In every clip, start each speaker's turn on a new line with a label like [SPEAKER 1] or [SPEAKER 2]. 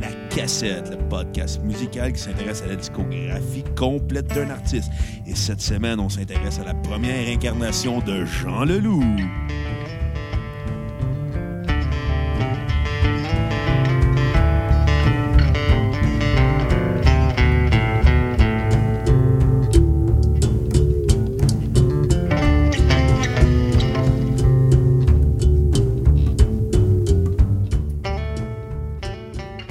[SPEAKER 1] la cassette, le podcast musical qui s'intéresse à la discographie complète d'un artiste. Et cette semaine, on s'intéresse à la première incarnation de Jean Leloup.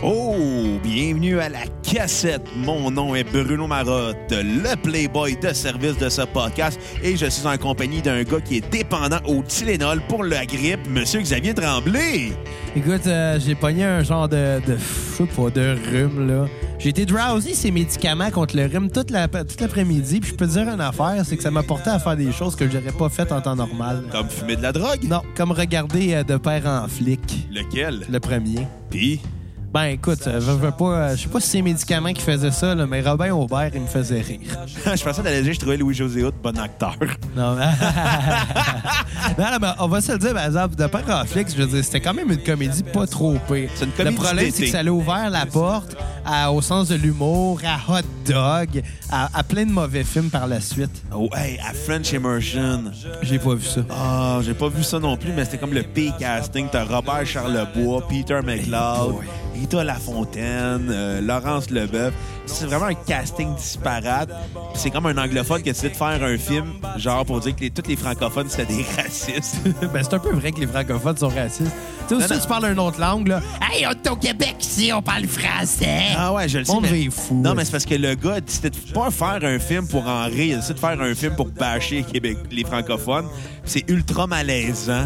[SPEAKER 1] Oh, bienvenue à la cassette. Mon nom est Bruno Marotte, le playboy de service de ce podcast, et je suis en compagnie d'un gars qui est dépendant au Tylenol pour la grippe, Monsieur Xavier Tremblay.
[SPEAKER 2] Écoute, euh, j'ai pogné un genre de, de, je sais pas, de rhume, là. J'ai été drowsy ces médicaments contre le rhume toute la- toute l'après-midi. Puis je peux te dire une affaire, c'est que ça m'a porté à faire des choses que j'aurais pas faites en temps normal.
[SPEAKER 1] Comme fumer de la drogue.
[SPEAKER 2] Non, comme regarder euh, de père en flic,
[SPEAKER 1] Lequel?
[SPEAKER 2] le premier.
[SPEAKER 1] Puis,
[SPEAKER 2] Ben écoute, euh, je veux pas, euh, je sais pas si c'est les médicaments qui faisaient ça, là, mais Robin Aubert, il me faisait rire.
[SPEAKER 1] je pensais d'aller dire, je trouvais Louis-José Hood bon acteur.
[SPEAKER 2] Non, mais... non, non, mais on va se le dire, par exemple, de par Netflix, je veux dire, c'était quand même une comédie pas trop pire.
[SPEAKER 1] C'est une comédie
[SPEAKER 2] le problème,
[SPEAKER 1] d'été.
[SPEAKER 2] c'est que ça allait ouvert la porte à- au sens de l'humour, à Hot Dog, à, à plein de mauvais films par la suite.
[SPEAKER 1] Oh, hey, à French Immersion.
[SPEAKER 2] J'ai pas vu ça.
[SPEAKER 1] Ah, j'ai pas vu ça non plus, mais c'était comme le pire casting. T'as Robert Charlebois, Peter McLeod,
[SPEAKER 2] boy.
[SPEAKER 1] Rita Lafontaine, euh, Laurence Leboeuf. C'est vraiment un casting disparate. Puis C'est comme un anglophone qui a décidé de faire un film, genre pour dire que les- tous les francophones, c'était des racistes.
[SPEAKER 2] ben, c'est un peu vrai que les francophones sont racistes. Tu sais, aussi,
[SPEAKER 1] non.
[SPEAKER 2] tu parles une autre langue, là. Hey, on est au Québec ici, on parle français.
[SPEAKER 1] Ah ouais, je le sais.
[SPEAKER 2] On
[SPEAKER 1] mais-
[SPEAKER 2] est fou.
[SPEAKER 1] Non, mais c'est parce que le gars a décidé de pas faire un film pour en rire, il a décidé de faire un film pour bâcher les, Québec... les francophones. Puis C'est ultra malaisant.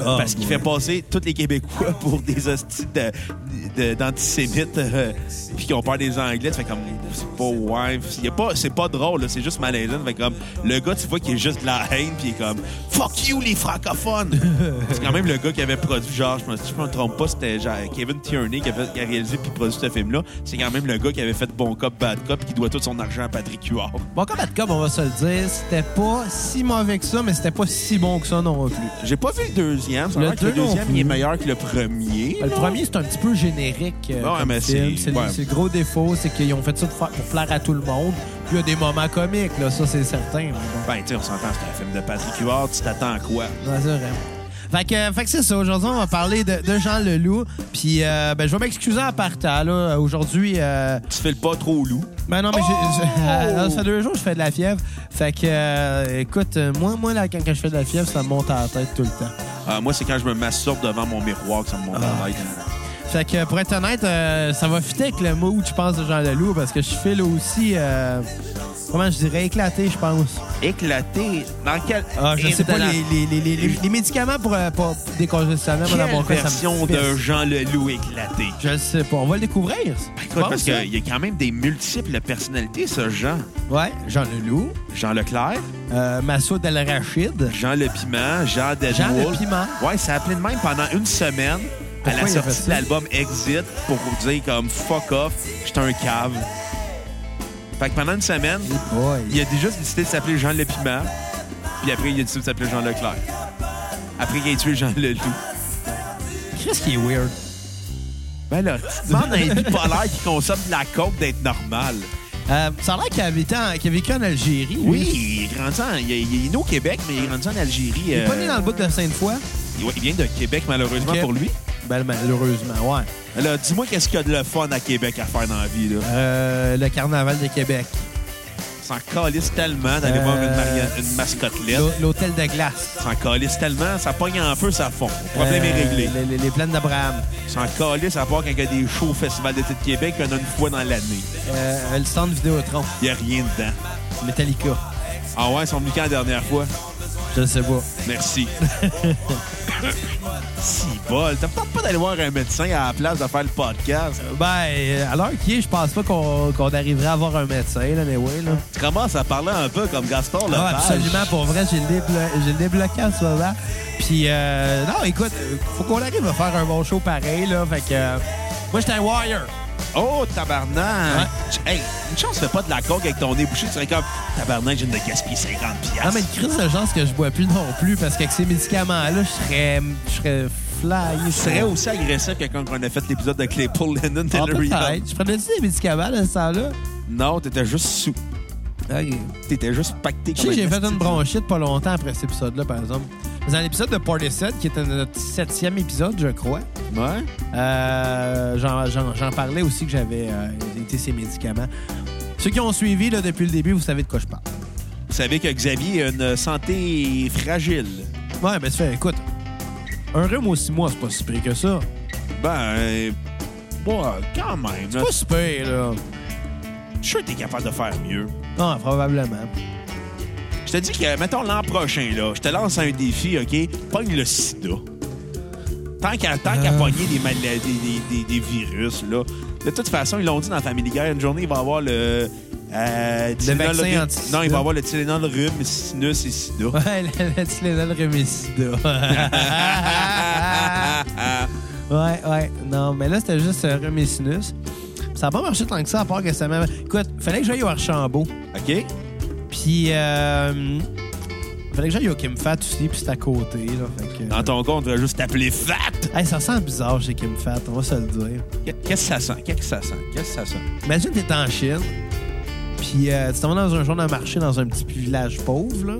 [SPEAKER 2] Ah,
[SPEAKER 1] parce qu'il
[SPEAKER 2] ouais.
[SPEAKER 1] fait passer tous les Québécois pour des hosties de- de- d'antisémites euh, puis qui ont peur des Anglais. Ça fait comme, c'est pas ouais. Il y a pas, c'est pas drôle, là, c'est juste malaisant. Ça fait comme, le gars, tu vois qu'il est juste de la haine puis il est comme, fuck you les francophones. c'est quand même le gars qui avait produit, genre, je me, si je me trompe pas, c'était genre Kevin Tierney qui a, fait- qui a réalisé puis produit ce film-là. C'est quand même le gars qui avait fait Bon Cop, Bad Cop qui doit tout son argent à Patrick Huard.
[SPEAKER 2] Bon, comme Bad Cop, on va se le dire, c'était pas si mauvais que ça, mais c'était pas si bon que ça non plus.
[SPEAKER 1] J'ai pas vu le deuxième. Ça a
[SPEAKER 2] Le
[SPEAKER 1] l'air que le
[SPEAKER 2] deux non
[SPEAKER 1] deuxième, il est
[SPEAKER 2] plus.
[SPEAKER 1] meilleur que le premier.
[SPEAKER 2] Le
[SPEAKER 1] là.
[SPEAKER 2] premier, Euh, c'est un petit peu générique. euh,
[SPEAKER 1] Ouais,
[SPEAKER 2] comme
[SPEAKER 1] mais
[SPEAKER 2] film.
[SPEAKER 1] c'est-
[SPEAKER 2] C'est le,
[SPEAKER 1] ouais.
[SPEAKER 2] c'est le gros défaut, c'est qu'ils ont fait ça de fa- pour plaire à tout le monde. Puis il y a des moments comiques, là, ça, c'est certain. mais bon.
[SPEAKER 1] Ben, tu sais, on s'entend, c'est un film de Patrick Huard, tu t'attends à quoi?
[SPEAKER 2] Ouais, c'est vrai. Fait que, euh, fait que c'est ça. Aujourd'hui, on va parler de, de Jean Leloup. Puis, euh, ben, je vais m'excuser en partant, là. Aujourd'hui, euh,
[SPEAKER 1] Tu fais le pas trop au loup.
[SPEAKER 2] ben non, mais j'ai- euh,
[SPEAKER 1] Oh!
[SPEAKER 2] ça fait deux jours que je fais de la fièvre. Fait que, euh, écoute, euh, moi, moi là, quand quand je fais de la fièvre, ça me monte à la tête tout le temps.
[SPEAKER 1] Ah, moi, c'est quand je me masturbe devant mon miroir que ça me monte à la tête.
[SPEAKER 2] Fait que pour être honnête, euh, ça va fitter avec le mood, je pense, de Jean Leloup, parce que je file aussi, euh, comment je dirais, éclaté, je pense.
[SPEAKER 1] Éclaté. Dans quelle.
[SPEAKER 2] Ah, je sais pas,
[SPEAKER 1] Dans
[SPEAKER 2] les, les, les, les, les- les médicaments pour, euh, pour décongestionner, moi,
[SPEAKER 1] quelle
[SPEAKER 2] dans mon cas, ça me
[SPEAKER 1] version
[SPEAKER 2] fesse.
[SPEAKER 1] de Jean Leloup éclaté.
[SPEAKER 2] Je le sais pas, on va le découvrir.
[SPEAKER 1] Ben,
[SPEAKER 2] Tu
[SPEAKER 1] écoute,
[SPEAKER 2] penses,
[SPEAKER 1] parce
[SPEAKER 2] ça?
[SPEAKER 1] qu'il y a quand même des multiples personnalités, ce Jean.
[SPEAKER 2] Ouais, Jean Leloup,
[SPEAKER 1] Jean Leclerc,
[SPEAKER 2] euh, Massoud Al-Rachid.
[SPEAKER 1] Jean Le Piment, Jean Deadpool.
[SPEAKER 2] Jean Le Piment.
[SPEAKER 1] Ouais, ça a appelé de même pendant une semaine à
[SPEAKER 2] Pourquoi
[SPEAKER 1] la
[SPEAKER 2] il a fait
[SPEAKER 1] sortie de
[SPEAKER 2] ça?
[SPEAKER 1] l'album Exit pour vous dire comme fuck off, j'étais un cave. Fait que pendant une semaine, Il a déjà décidé de s'appeler Jean Le Piment, puis après, il a décidé de s'appeler Jean Leclerc. Après, il a tué Jean Leloup.
[SPEAKER 2] Qu'est-ce qui est weird?
[SPEAKER 1] Ben là, tu demandes à un bipolaire qui consomme de la coke d'être normal.
[SPEAKER 2] Euh, ça a l'air qu'il a, habité en- qu'il a vécu en Algérie. lui.
[SPEAKER 1] Oui, il est grandi en- il est, il est né au Québec, mais il est grandi en Algérie. euh,
[SPEAKER 2] Il est pas né dans le bout de Sainte-Foy?
[SPEAKER 1] Il vient de Québec, malheureusement,
[SPEAKER 2] Ok.
[SPEAKER 1] pour lui.
[SPEAKER 2] Ben, malheureusement, ouais.
[SPEAKER 1] Alors, dis-moi qu'est-ce qu'il y a de le fun à Québec à faire dans la vie, là.
[SPEAKER 2] Euh, le carnaval de Québec.
[SPEAKER 1] S'en calisse tellement d'aller
[SPEAKER 2] Euh,
[SPEAKER 1] voir une, marionnette- une mascottelette.
[SPEAKER 2] L'hô- L'hôtel de glace.
[SPEAKER 1] S'en calisse tellement, ça pogne en feu, ça fond. Le problème est
[SPEAKER 2] Euh,
[SPEAKER 1] réglé.
[SPEAKER 2] Les, les- les plaines d'Abraham.
[SPEAKER 1] S'en calisse à part quand il y a des shows au Festival d'été de Québec, il y en a une fois dans l'année.
[SPEAKER 2] Euh, le centre Vidéotron.
[SPEAKER 1] Il n'y a rien dedans.
[SPEAKER 2] Metallica.
[SPEAKER 1] Ah ouais, ils sont venus quand la dernière fois?
[SPEAKER 2] Je sais pas.
[SPEAKER 1] Merci. si bol. T'as peut-être pas d'aller voir un médecin à la place de faire le podcast.
[SPEAKER 2] Ben, euh, à l'heure qui est, je pense pas qu'on qu'on arriverait à avoir un médecin, là, mais oui, là.
[SPEAKER 1] Tu commences à parler un peu comme Gaston
[SPEAKER 2] Ah,
[SPEAKER 1] Lepage.
[SPEAKER 2] absolument, pour vrai, j'ai le, déblo- j'ai le débloqué en ce moment. Puis, euh, non, écoute, euh, faut qu'on arrive à faire un bon show pareil, là. Fait que, euh, moi, j'étais un warrior.
[SPEAKER 1] Oh, tabarnak! Hey, une chance, fais pas de la coke avec ton nez bouché. Tu serais comme, tabarnak, je viens de gaspiller 50
[SPEAKER 2] Non,
[SPEAKER 1] piastres.
[SPEAKER 2] mais une crise de chance que je bois plus non plus, parce qu'avec ces médicaments-là, je serais, je serais fly.
[SPEAKER 1] Ah, Je serais aussi agressif que quand on a fait l'épisode de Claypool Lennon
[SPEAKER 2] Ah,
[SPEAKER 1] Hillary Duff.
[SPEAKER 2] peut-être. Je prenais-tu des médicaments, là, ce temps-là?
[SPEAKER 1] Non, t'étais juste sous. T'étais juste pacté. comme
[SPEAKER 2] Je sais que j'ai
[SPEAKER 1] un
[SPEAKER 2] fait
[SPEAKER 1] esti
[SPEAKER 2] une
[SPEAKER 1] de-
[SPEAKER 2] bronchite pas longtemps après cet épisode-là, par exemple. Dans l'épisode de Party 7, qui était notre septième épisode, je crois,
[SPEAKER 1] Ouais.
[SPEAKER 2] euh, j'en- j'en j'en parlais aussi que j'avais euh, été ces médicaments. Ceux qui ont suivi là, depuis le début, vous savez de quoi je parle.
[SPEAKER 1] Vous savez que Xavier a une santé fragile.
[SPEAKER 2] Ouais, mais tu fais, écoute, un rhume aux six mois, c'est pas si pire que ça.
[SPEAKER 1] Ben, euh, bon, quand même. là.
[SPEAKER 2] Pas si pire, là.
[SPEAKER 1] Je suis sûr que t'es capable de faire mieux.
[SPEAKER 2] Ah, probablement.
[SPEAKER 1] Je te dis que, mettons, l'an prochain, là, je te lance un défi, OK? Pogne le sida. Tant qu'à tant qu'à
[SPEAKER 2] Euh.
[SPEAKER 1] pogner des maladies, des, des- des virus, là. De toute façon, ils l'ont dit dans Family Guy, une journée, il va avoir le... euh, Tylenol
[SPEAKER 2] vaccin
[SPEAKER 1] rhume-
[SPEAKER 2] anti-sida.
[SPEAKER 1] Non, il va avoir le Tylenol rhume, sinus et sida.
[SPEAKER 2] Ouais, la, la Tylenol remicida. Ouais, ouais. Non, mais là, c'était juste euh, rhume et sinus. Ça n'a pas marché tant que ça, à part que ça m'a... Écoute, fallait que j'aille au Archambault.
[SPEAKER 1] OK?
[SPEAKER 2] Puis, euh... Fallait que j'aille au Kim Fat aussi, puis c'est à côté, là. Fait que...
[SPEAKER 1] Dans ton compte, on va juste t'appeler FAT!
[SPEAKER 2] Hey, ça sent bizarre chez Kim Fat, on va se le dire.
[SPEAKER 1] Qu'est-ce que ça sent? Qu'est-ce que ça sent? Qu'est-ce que ça sent?
[SPEAKER 2] Imagine, t'es en Chine, puis euh, tu t'en vas dans un genre de marché dans un petit village pauvre, là.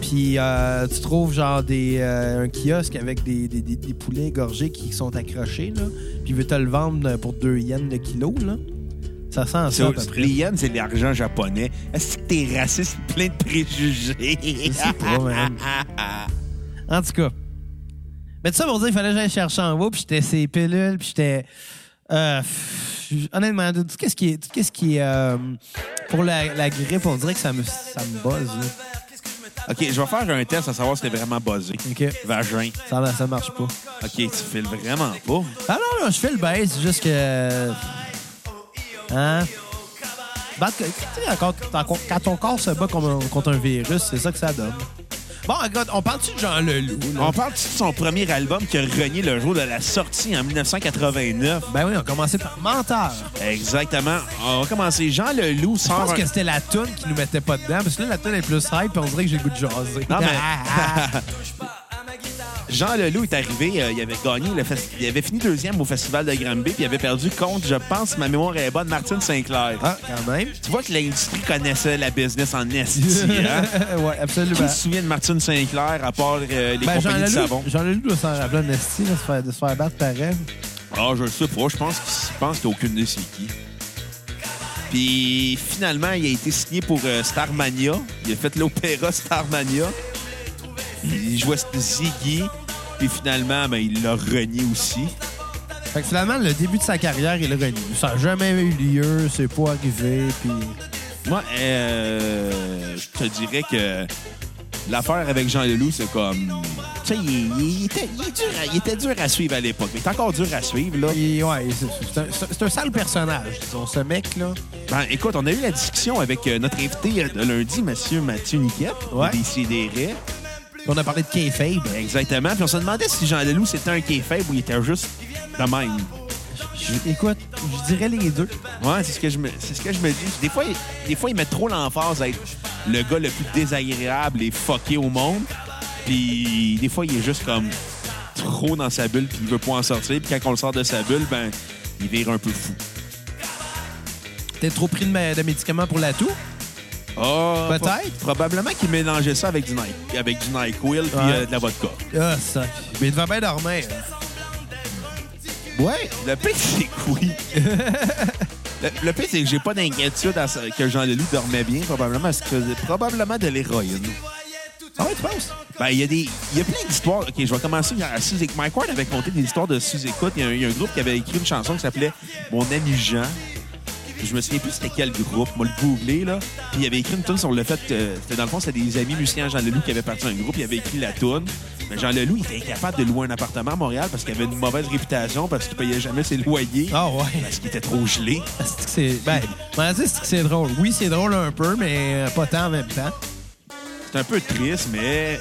[SPEAKER 2] Puis euh, tu trouves genre des, euh, un kiosque avec des, des- des- des poulets gorgés qui sont accrochés, là. Puis il veut te le vendre euh, pour 2 yens le kilo, là. Ça sent ça, à peu
[SPEAKER 1] C'est-
[SPEAKER 2] près.
[SPEAKER 1] Les yens, c'est de l'argent japonais. Est-ce que t'es raciste, plein de préjugés? Je
[SPEAKER 2] sais pas, man. En tout cas. Mais tout ça pour dire qu'il fallait que j'aille chercher en haut, puis j'étais ces pilules, puis j'étais. euh, pff, honnêtement, tout ce qui est, tout ce qui est euh, pour la, la grippe, on dirait que ça me, ça me buzz. là.
[SPEAKER 1] OK, je vais faire un test à savoir si t'es vraiment buzzé.
[SPEAKER 2] OK.
[SPEAKER 1] Vagin.
[SPEAKER 2] Ça, ça marche pas.
[SPEAKER 1] OK, tu files vraiment pas.
[SPEAKER 2] Ah non, non, je fais le bail, c'est juste que. Hein? Bah, que- tu sais, quand, quand- quand ton corps se bat contre, un- contre un virus, c'est ça que ça donne. Bon, écoute, on parle-tu de Jean Leloup? là?
[SPEAKER 1] On parle de son premier album qui a renié le jour de la sortie en 1989.
[SPEAKER 2] Ben oui, on a commencé par Menteur.
[SPEAKER 1] Exactement. Ah, On va commencer. Jean Leloup
[SPEAKER 2] Je
[SPEAKER 1] sort...
[SPEAKER 2] pense
[SPEAKER 1] un-
[SPEAKER 2] que c'était la toune qui nous mettait pas dedans, parce que là, la toune est plus hype, puis on dirait que j'ai le goût de jaser.
[SPEAKER 1] Non, mais-
[SPEAKER 2] Ah, ah.
[SPEAKER 1] Jean Leloup est arrivé, euh, il avait gagné, le fes- il avait fini deuxième au Festival de Granby, puis il avait perdu contre, je pense, si ma mémoire est bonne, Martine Sinclair.
[SPEAKER 2] Ah, quand même.
[SPEAKER 1] Tu vois que l'industrie connaissait la business en esti, hein?
[SPEAKER 2] ouais,
[SPEAKER 1] Qui
[SPEAKER 2] absolument.
[SPEAKER 1] se souvient de Martine Sinclair à part euh, les
[SPEAKER 2] Ben, Jean
[SPEAKER 1] compagnies de savon?
[SPEAKER 2] Leloup, Jean Leloup doit s'en rappeler un esti, là, se faire- de se faire battre par elle.
[SPEAKER 1] Ah, je le sais pas. Je pense qu'il je pense qu'il y a aucune idée c'est qui. Puis finalement, il a été signé pour euh, Starmania. Il a fait l'opéra Starmania. Il jouait Ziggy. Puis finalement, ben, il l'a renié aussi.
[SPEAKER 2] Fait que finalement, le début de sa carrière, il renie. Ça n'a jamais eu lieu, c'est pas arrivé, puis...
[SPEAKER 1] Moi, euh, je te dirais que l'affaire avec Jean Leloup, c'est comme. Tu sais, il, il était, il est dur à- il était dur à suivre à l'époque. Il est encore dur à suivre, là.
[SPEAKER 2] Il- ouais, c'est- c'est un- c'est un, sale personnage, disons, ce mec-là.
[SPEAKER 1] Ben, écoute, on a eu la discussion avec euh, notre invité euh, de lundi, monsieur Mathieu Niquette,
[SPEAKER 2] Ouais.
[SPEAKER 1] des Sidérés.
[SPEAKER 2] On a parlé de K-Fabe.
[SPEAKER 1] Exactement. Puis on se demandait si Jean Leloup, c'était un faible ou il était juste de même.
[SPEAKER 2] Écoute, je dirais les deux.
[SPEAKER 1] Ouais, c'est ce que je me, c'est ce que je me dis. Des fois, il, des fois, il met trop l'emphase à être le gars le plus désagréable et fucké au monde. Puis des fois, il est juste comme trop dans sa bulle puis il veut pas en sortir. Puis quand on le sort de sa bulle, ben, il vire un peu fou.
[SPEAKER 2] T'es trop pris de, ma- de médicaments pour la toux?
[SPEAKER 1] Ah,
[SPEAKER 2] Peut-être.
[SPEAKER 1] pro- Probablement qu'il mélangeait ça avec du Nike, avec du NyQuil puis
[SPEAKER 2] Ouais.
[SPEAKER 1] euh, de la vodka.
[SPEAKER 2] Ah, ça. Mais il devait bien dormir. Ouais.
[SPEAKER 1] Le pire, c'est que oui. le, le pire, c'est que j'ai pas d'inquiétude à ce- que Jean Leloup dormait bien, probablement, parce que c'est probablement de l'héroïne.
[SPEAKER 2] Ah ouais, tu penses?
[SPEAKER 1] Ben, il y a des. Il y a plein d'histoires. OK, je vais commencer à Suzé- Mike Ward avait conté des histoires de sous-écoute. Il y a un- il y, a un groupe qui avait écrit une chanson qui s'appelait Mon ami Jean. Je me souviens plus c'était quel groupe. Moi, le googlé, là. Puis il avait écrit une tune sur le fait que. C'était dans le fond, c'était des amis musiciens à Jean Leloup qui avaient parti un groupe. Il avait écrit la tune. Mais Jean Leloup, il était incapable de louer un appartement à Montréal parce qu'il avait une mauvaise réputation, parce qu'il payait jamais ses loyers.
[SPEAKER 2] Ah ouais.
[SPEAKER 1] Parce qu'il était trop gelé.
[SPEAKER 2] C'est que c'est... Ben, ben c'est que c'est drôle. Oui, c'est drôle un peu, mais euh, pas tant en même temps.
[SPEAKER 1] C'est un peu triste, mais.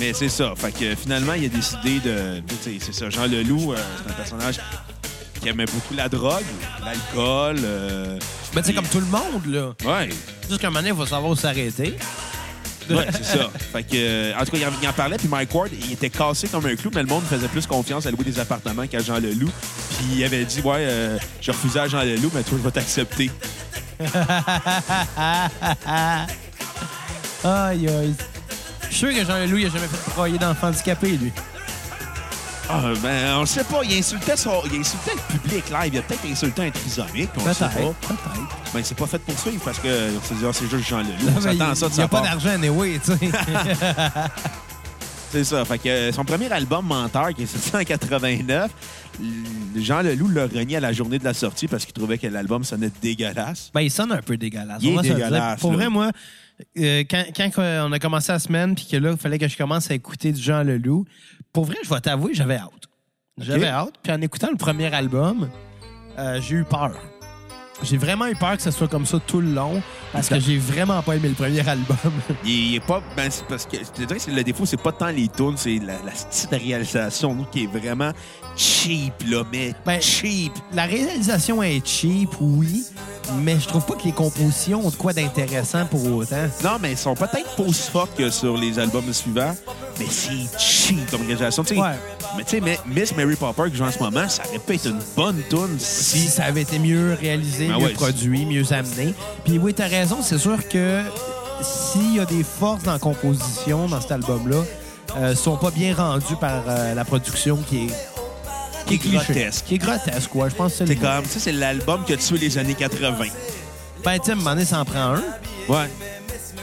[SPEAKER 1] Mais c'est ça. Fait que finalement, il a décidé de. tu sais, C'est ça. Jean Leloup, euh, c'est un personnage qui aimait beaucoup la drogue, l'alcool. euh,
[SPEAKER 2] Mais c'est comme tout le monde, là.
[SPEAKER 1] Ouais.
[SPEAKER 2] Juste qu'à un moment donné, il faut savoir où s'arrêter.
[SPEAKER 1] Ouais, c'est ça. Fait que, euh, en tout cas, il en, il en parlait, puis Mike Ward, il était cassé comme un clou, mais le monde faisait plus confiance à louer des appartements qu'à Jean Leloup. Puis il avait dit, ouais, euh, j'ai refusé à Jean Leloup, mais toi, je vais t'accepter.
[SPEAKER 2] Aïe, aïe. Je suis sûr que Jean-Louis il a jamais fait travailler d'enfants handicapés, lui.
[SPEAKER 1] Ah, ben, on sait pas, il insultait, son- il insultait le public live, il a peut-être insulté un trisomique, on sait pas.
[SPEAKER 2] Peut-être. Peut-être.
[SPEAKER 1] Ben, c'est pas fait pour ça, parce que euh, on s'est dit, Ah, c'est juste Jean Leloup.
[SPEAKER 2] Non,
[SPEAKER 1] On
[SPEAKER 2] mais
[SPEAKER 1] s'attend à ça de
[SPEAKER 2] Il n'y
[SPEAKER 1] sa
[SPEAKER 2] a pas
[SPEAKER 1] part.
[SPEAKER 2] d'argent, anyway, tu sais.
[SPEAKER 1] C'est ça. Fait que euh, son premier album, Menteur, qui est sorti en 89, l- Jean Leloup l'a renié à la journée de la sortie parce qu'il trouvait que l'album sonnait dégueulasse.
[SPEAKER 2] Ben, il sonne un peu dégueulasse.
[SPEAKER 1] Il
[SPEAKER 2] on
[SPEAKER 1] est
[SPEAKER 2] va se le dire.
[SPEAKER 1] dégueulasse,
[SPEAKER 2] Pour
[SPEAKER 1] là.
[SPEAKER 2] vrai, moi, euh, quand, quand on a commencé la semaine, puis que là, il fallait que je commence à écouter du Jean Leloup, pour vrai, je vais t'avouer, j'avais hâte. J'avais hâte. Puis en écoutant le premier album, euh, j'ai eu peur. J'ai vraiment eu peur que ce soit comme ça tout le long, parce que j'ai vraiment pas aimé le premier album.
[SPEAKER 1] Il, il est pas. Ben, c'est parce que je te dirais que c'est- le défaut, c'est pas tant les tunes, c'est la, la style de réalisation, nous, qui est vraiment cheap, là, mais
[SPEAKER 2] Ben,
[SPEAKER 1] cheap.
[SPEAKER 2] la réalisation est cheap, oui, mais je trouve pas que les compositions ont de quoi d'intéressant pour autant.
[SPEAKER 1] Non, mais ils sont peut-être pas aussi forts que sur les albums suivants, mais c'est cheap comme réalisation. Tu sais,
[SPEAKER 2] Ouais.
[SPEAKER 1] Mais tu sais, mais Miss Mary Popper que je joue en ce moment, ça aurait pu être une bonne tune
[SPEAKER 2] si
[SPEAKER 1] si.
[SPEAKER 2] ça avait été mieux réalisé,
[SPEAKER 1] Ah
[SPEAKER 2] mieux
[SPEAKER 1] ouais,
[SPEAKER 2] produit, mieux amené. Puis oui, t'as raison, c'est sûr que s'il y a des forces dans la composition dans cet album-là, euh, sont pas bien rendues par euh, la production qui est,
[SPEAKER 1] Qui est
[SPEAKER 2] cliché.
[SPEAKER 1] grotesque.
[SPEAKER 2] Qui est grotesque, quoi. Je pense que c'est
[SPEAKER 1] C'est
[SPEAKER 2] le mot.
[SPEAKER 1] comme, ça, c'est l'album que tu es les années 80.
[SPEAKER 2] Ben, tu sais, à un moment donné, ça en prend un.
[SPEAKER 1] Ouais. Tu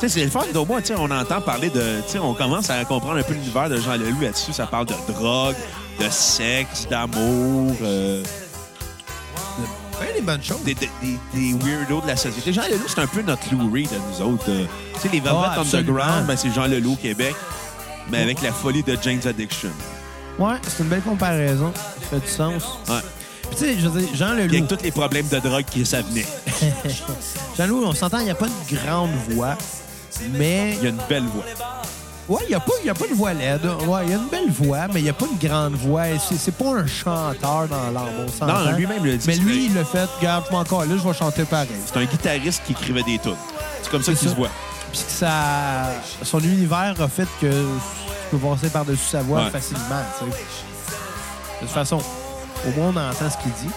[SPEAKER 1] sais, c'est le fun d'au moins, tu sais, on entend parler de. Tu sais, on commence à comprendre un peu l'univers de Jean Leloup là-dessus. Ça parle de drogue, de sexe, d'amour, euh,
[SPEAKER 2] Ben, des bonnes choses.
[SPEAKER 1] des, des- des- des weirdos de la société. Jean Leloup, c'est un peu notre Lou Reed à nous autres. euh. Tu sais, les Velvet
[SPEAKER 2] Ah, absolument.
[SPEAKER 1] Underground, ben, c'est Jean Leloup au Québec, mais avec la folie de James Addiction.
[SPEAKER 2] Ouais, c'est une belle comparaison. Ça fait du sens.
[SPEAKER 1] Ouais.
[SPEAKER 2] Puis tu sais, je veux dire, Jean
[SPEAKER 1] Puis
[SPEAKER 2] Leloup,
[SPEAKER 1] avec tous les problèmes de drogue qui ça venait.
[SPEAKER 2] Jean Leloup, on s'entend, il n'y a pas de grande voix, mais...
[SPEAKER 1] Il y a une belle voix.
[SPEAKER 2] Ouais, il n'y a, pas- y a pas de voix laide. Ouais, il y a une belle voix, mais il n'y a pas une grande voix. Et C'est c'est pas un chanteur dans l'âme, on s'entend.
[SPEAKER 1] Non, lui-même le dit,
[SPEAKER 2] Mais
[SPEAKER 1] c'est-
[SPEAKER 2] lui, il le fait, regarde, je m'en calisse, je vais chanter pareil.
[SPEAKER 1] C'est un guitariste qui écrivait des tunes. C'est comme ça
[SPEAKER 2] C'est
[SPEAKER 1] qu'il
[SPEAKER 2] ça.
[SPEAKER 1] se voit.
[SPEAKER 2] Puis que ça, son univers a fait que tu peux passer par-dessus sa voix
[SPEAKER 1] Ouais.
[SPEAKER 2] facilement. tu sais. De toute façon, au moins, on entend ce qu'il dit.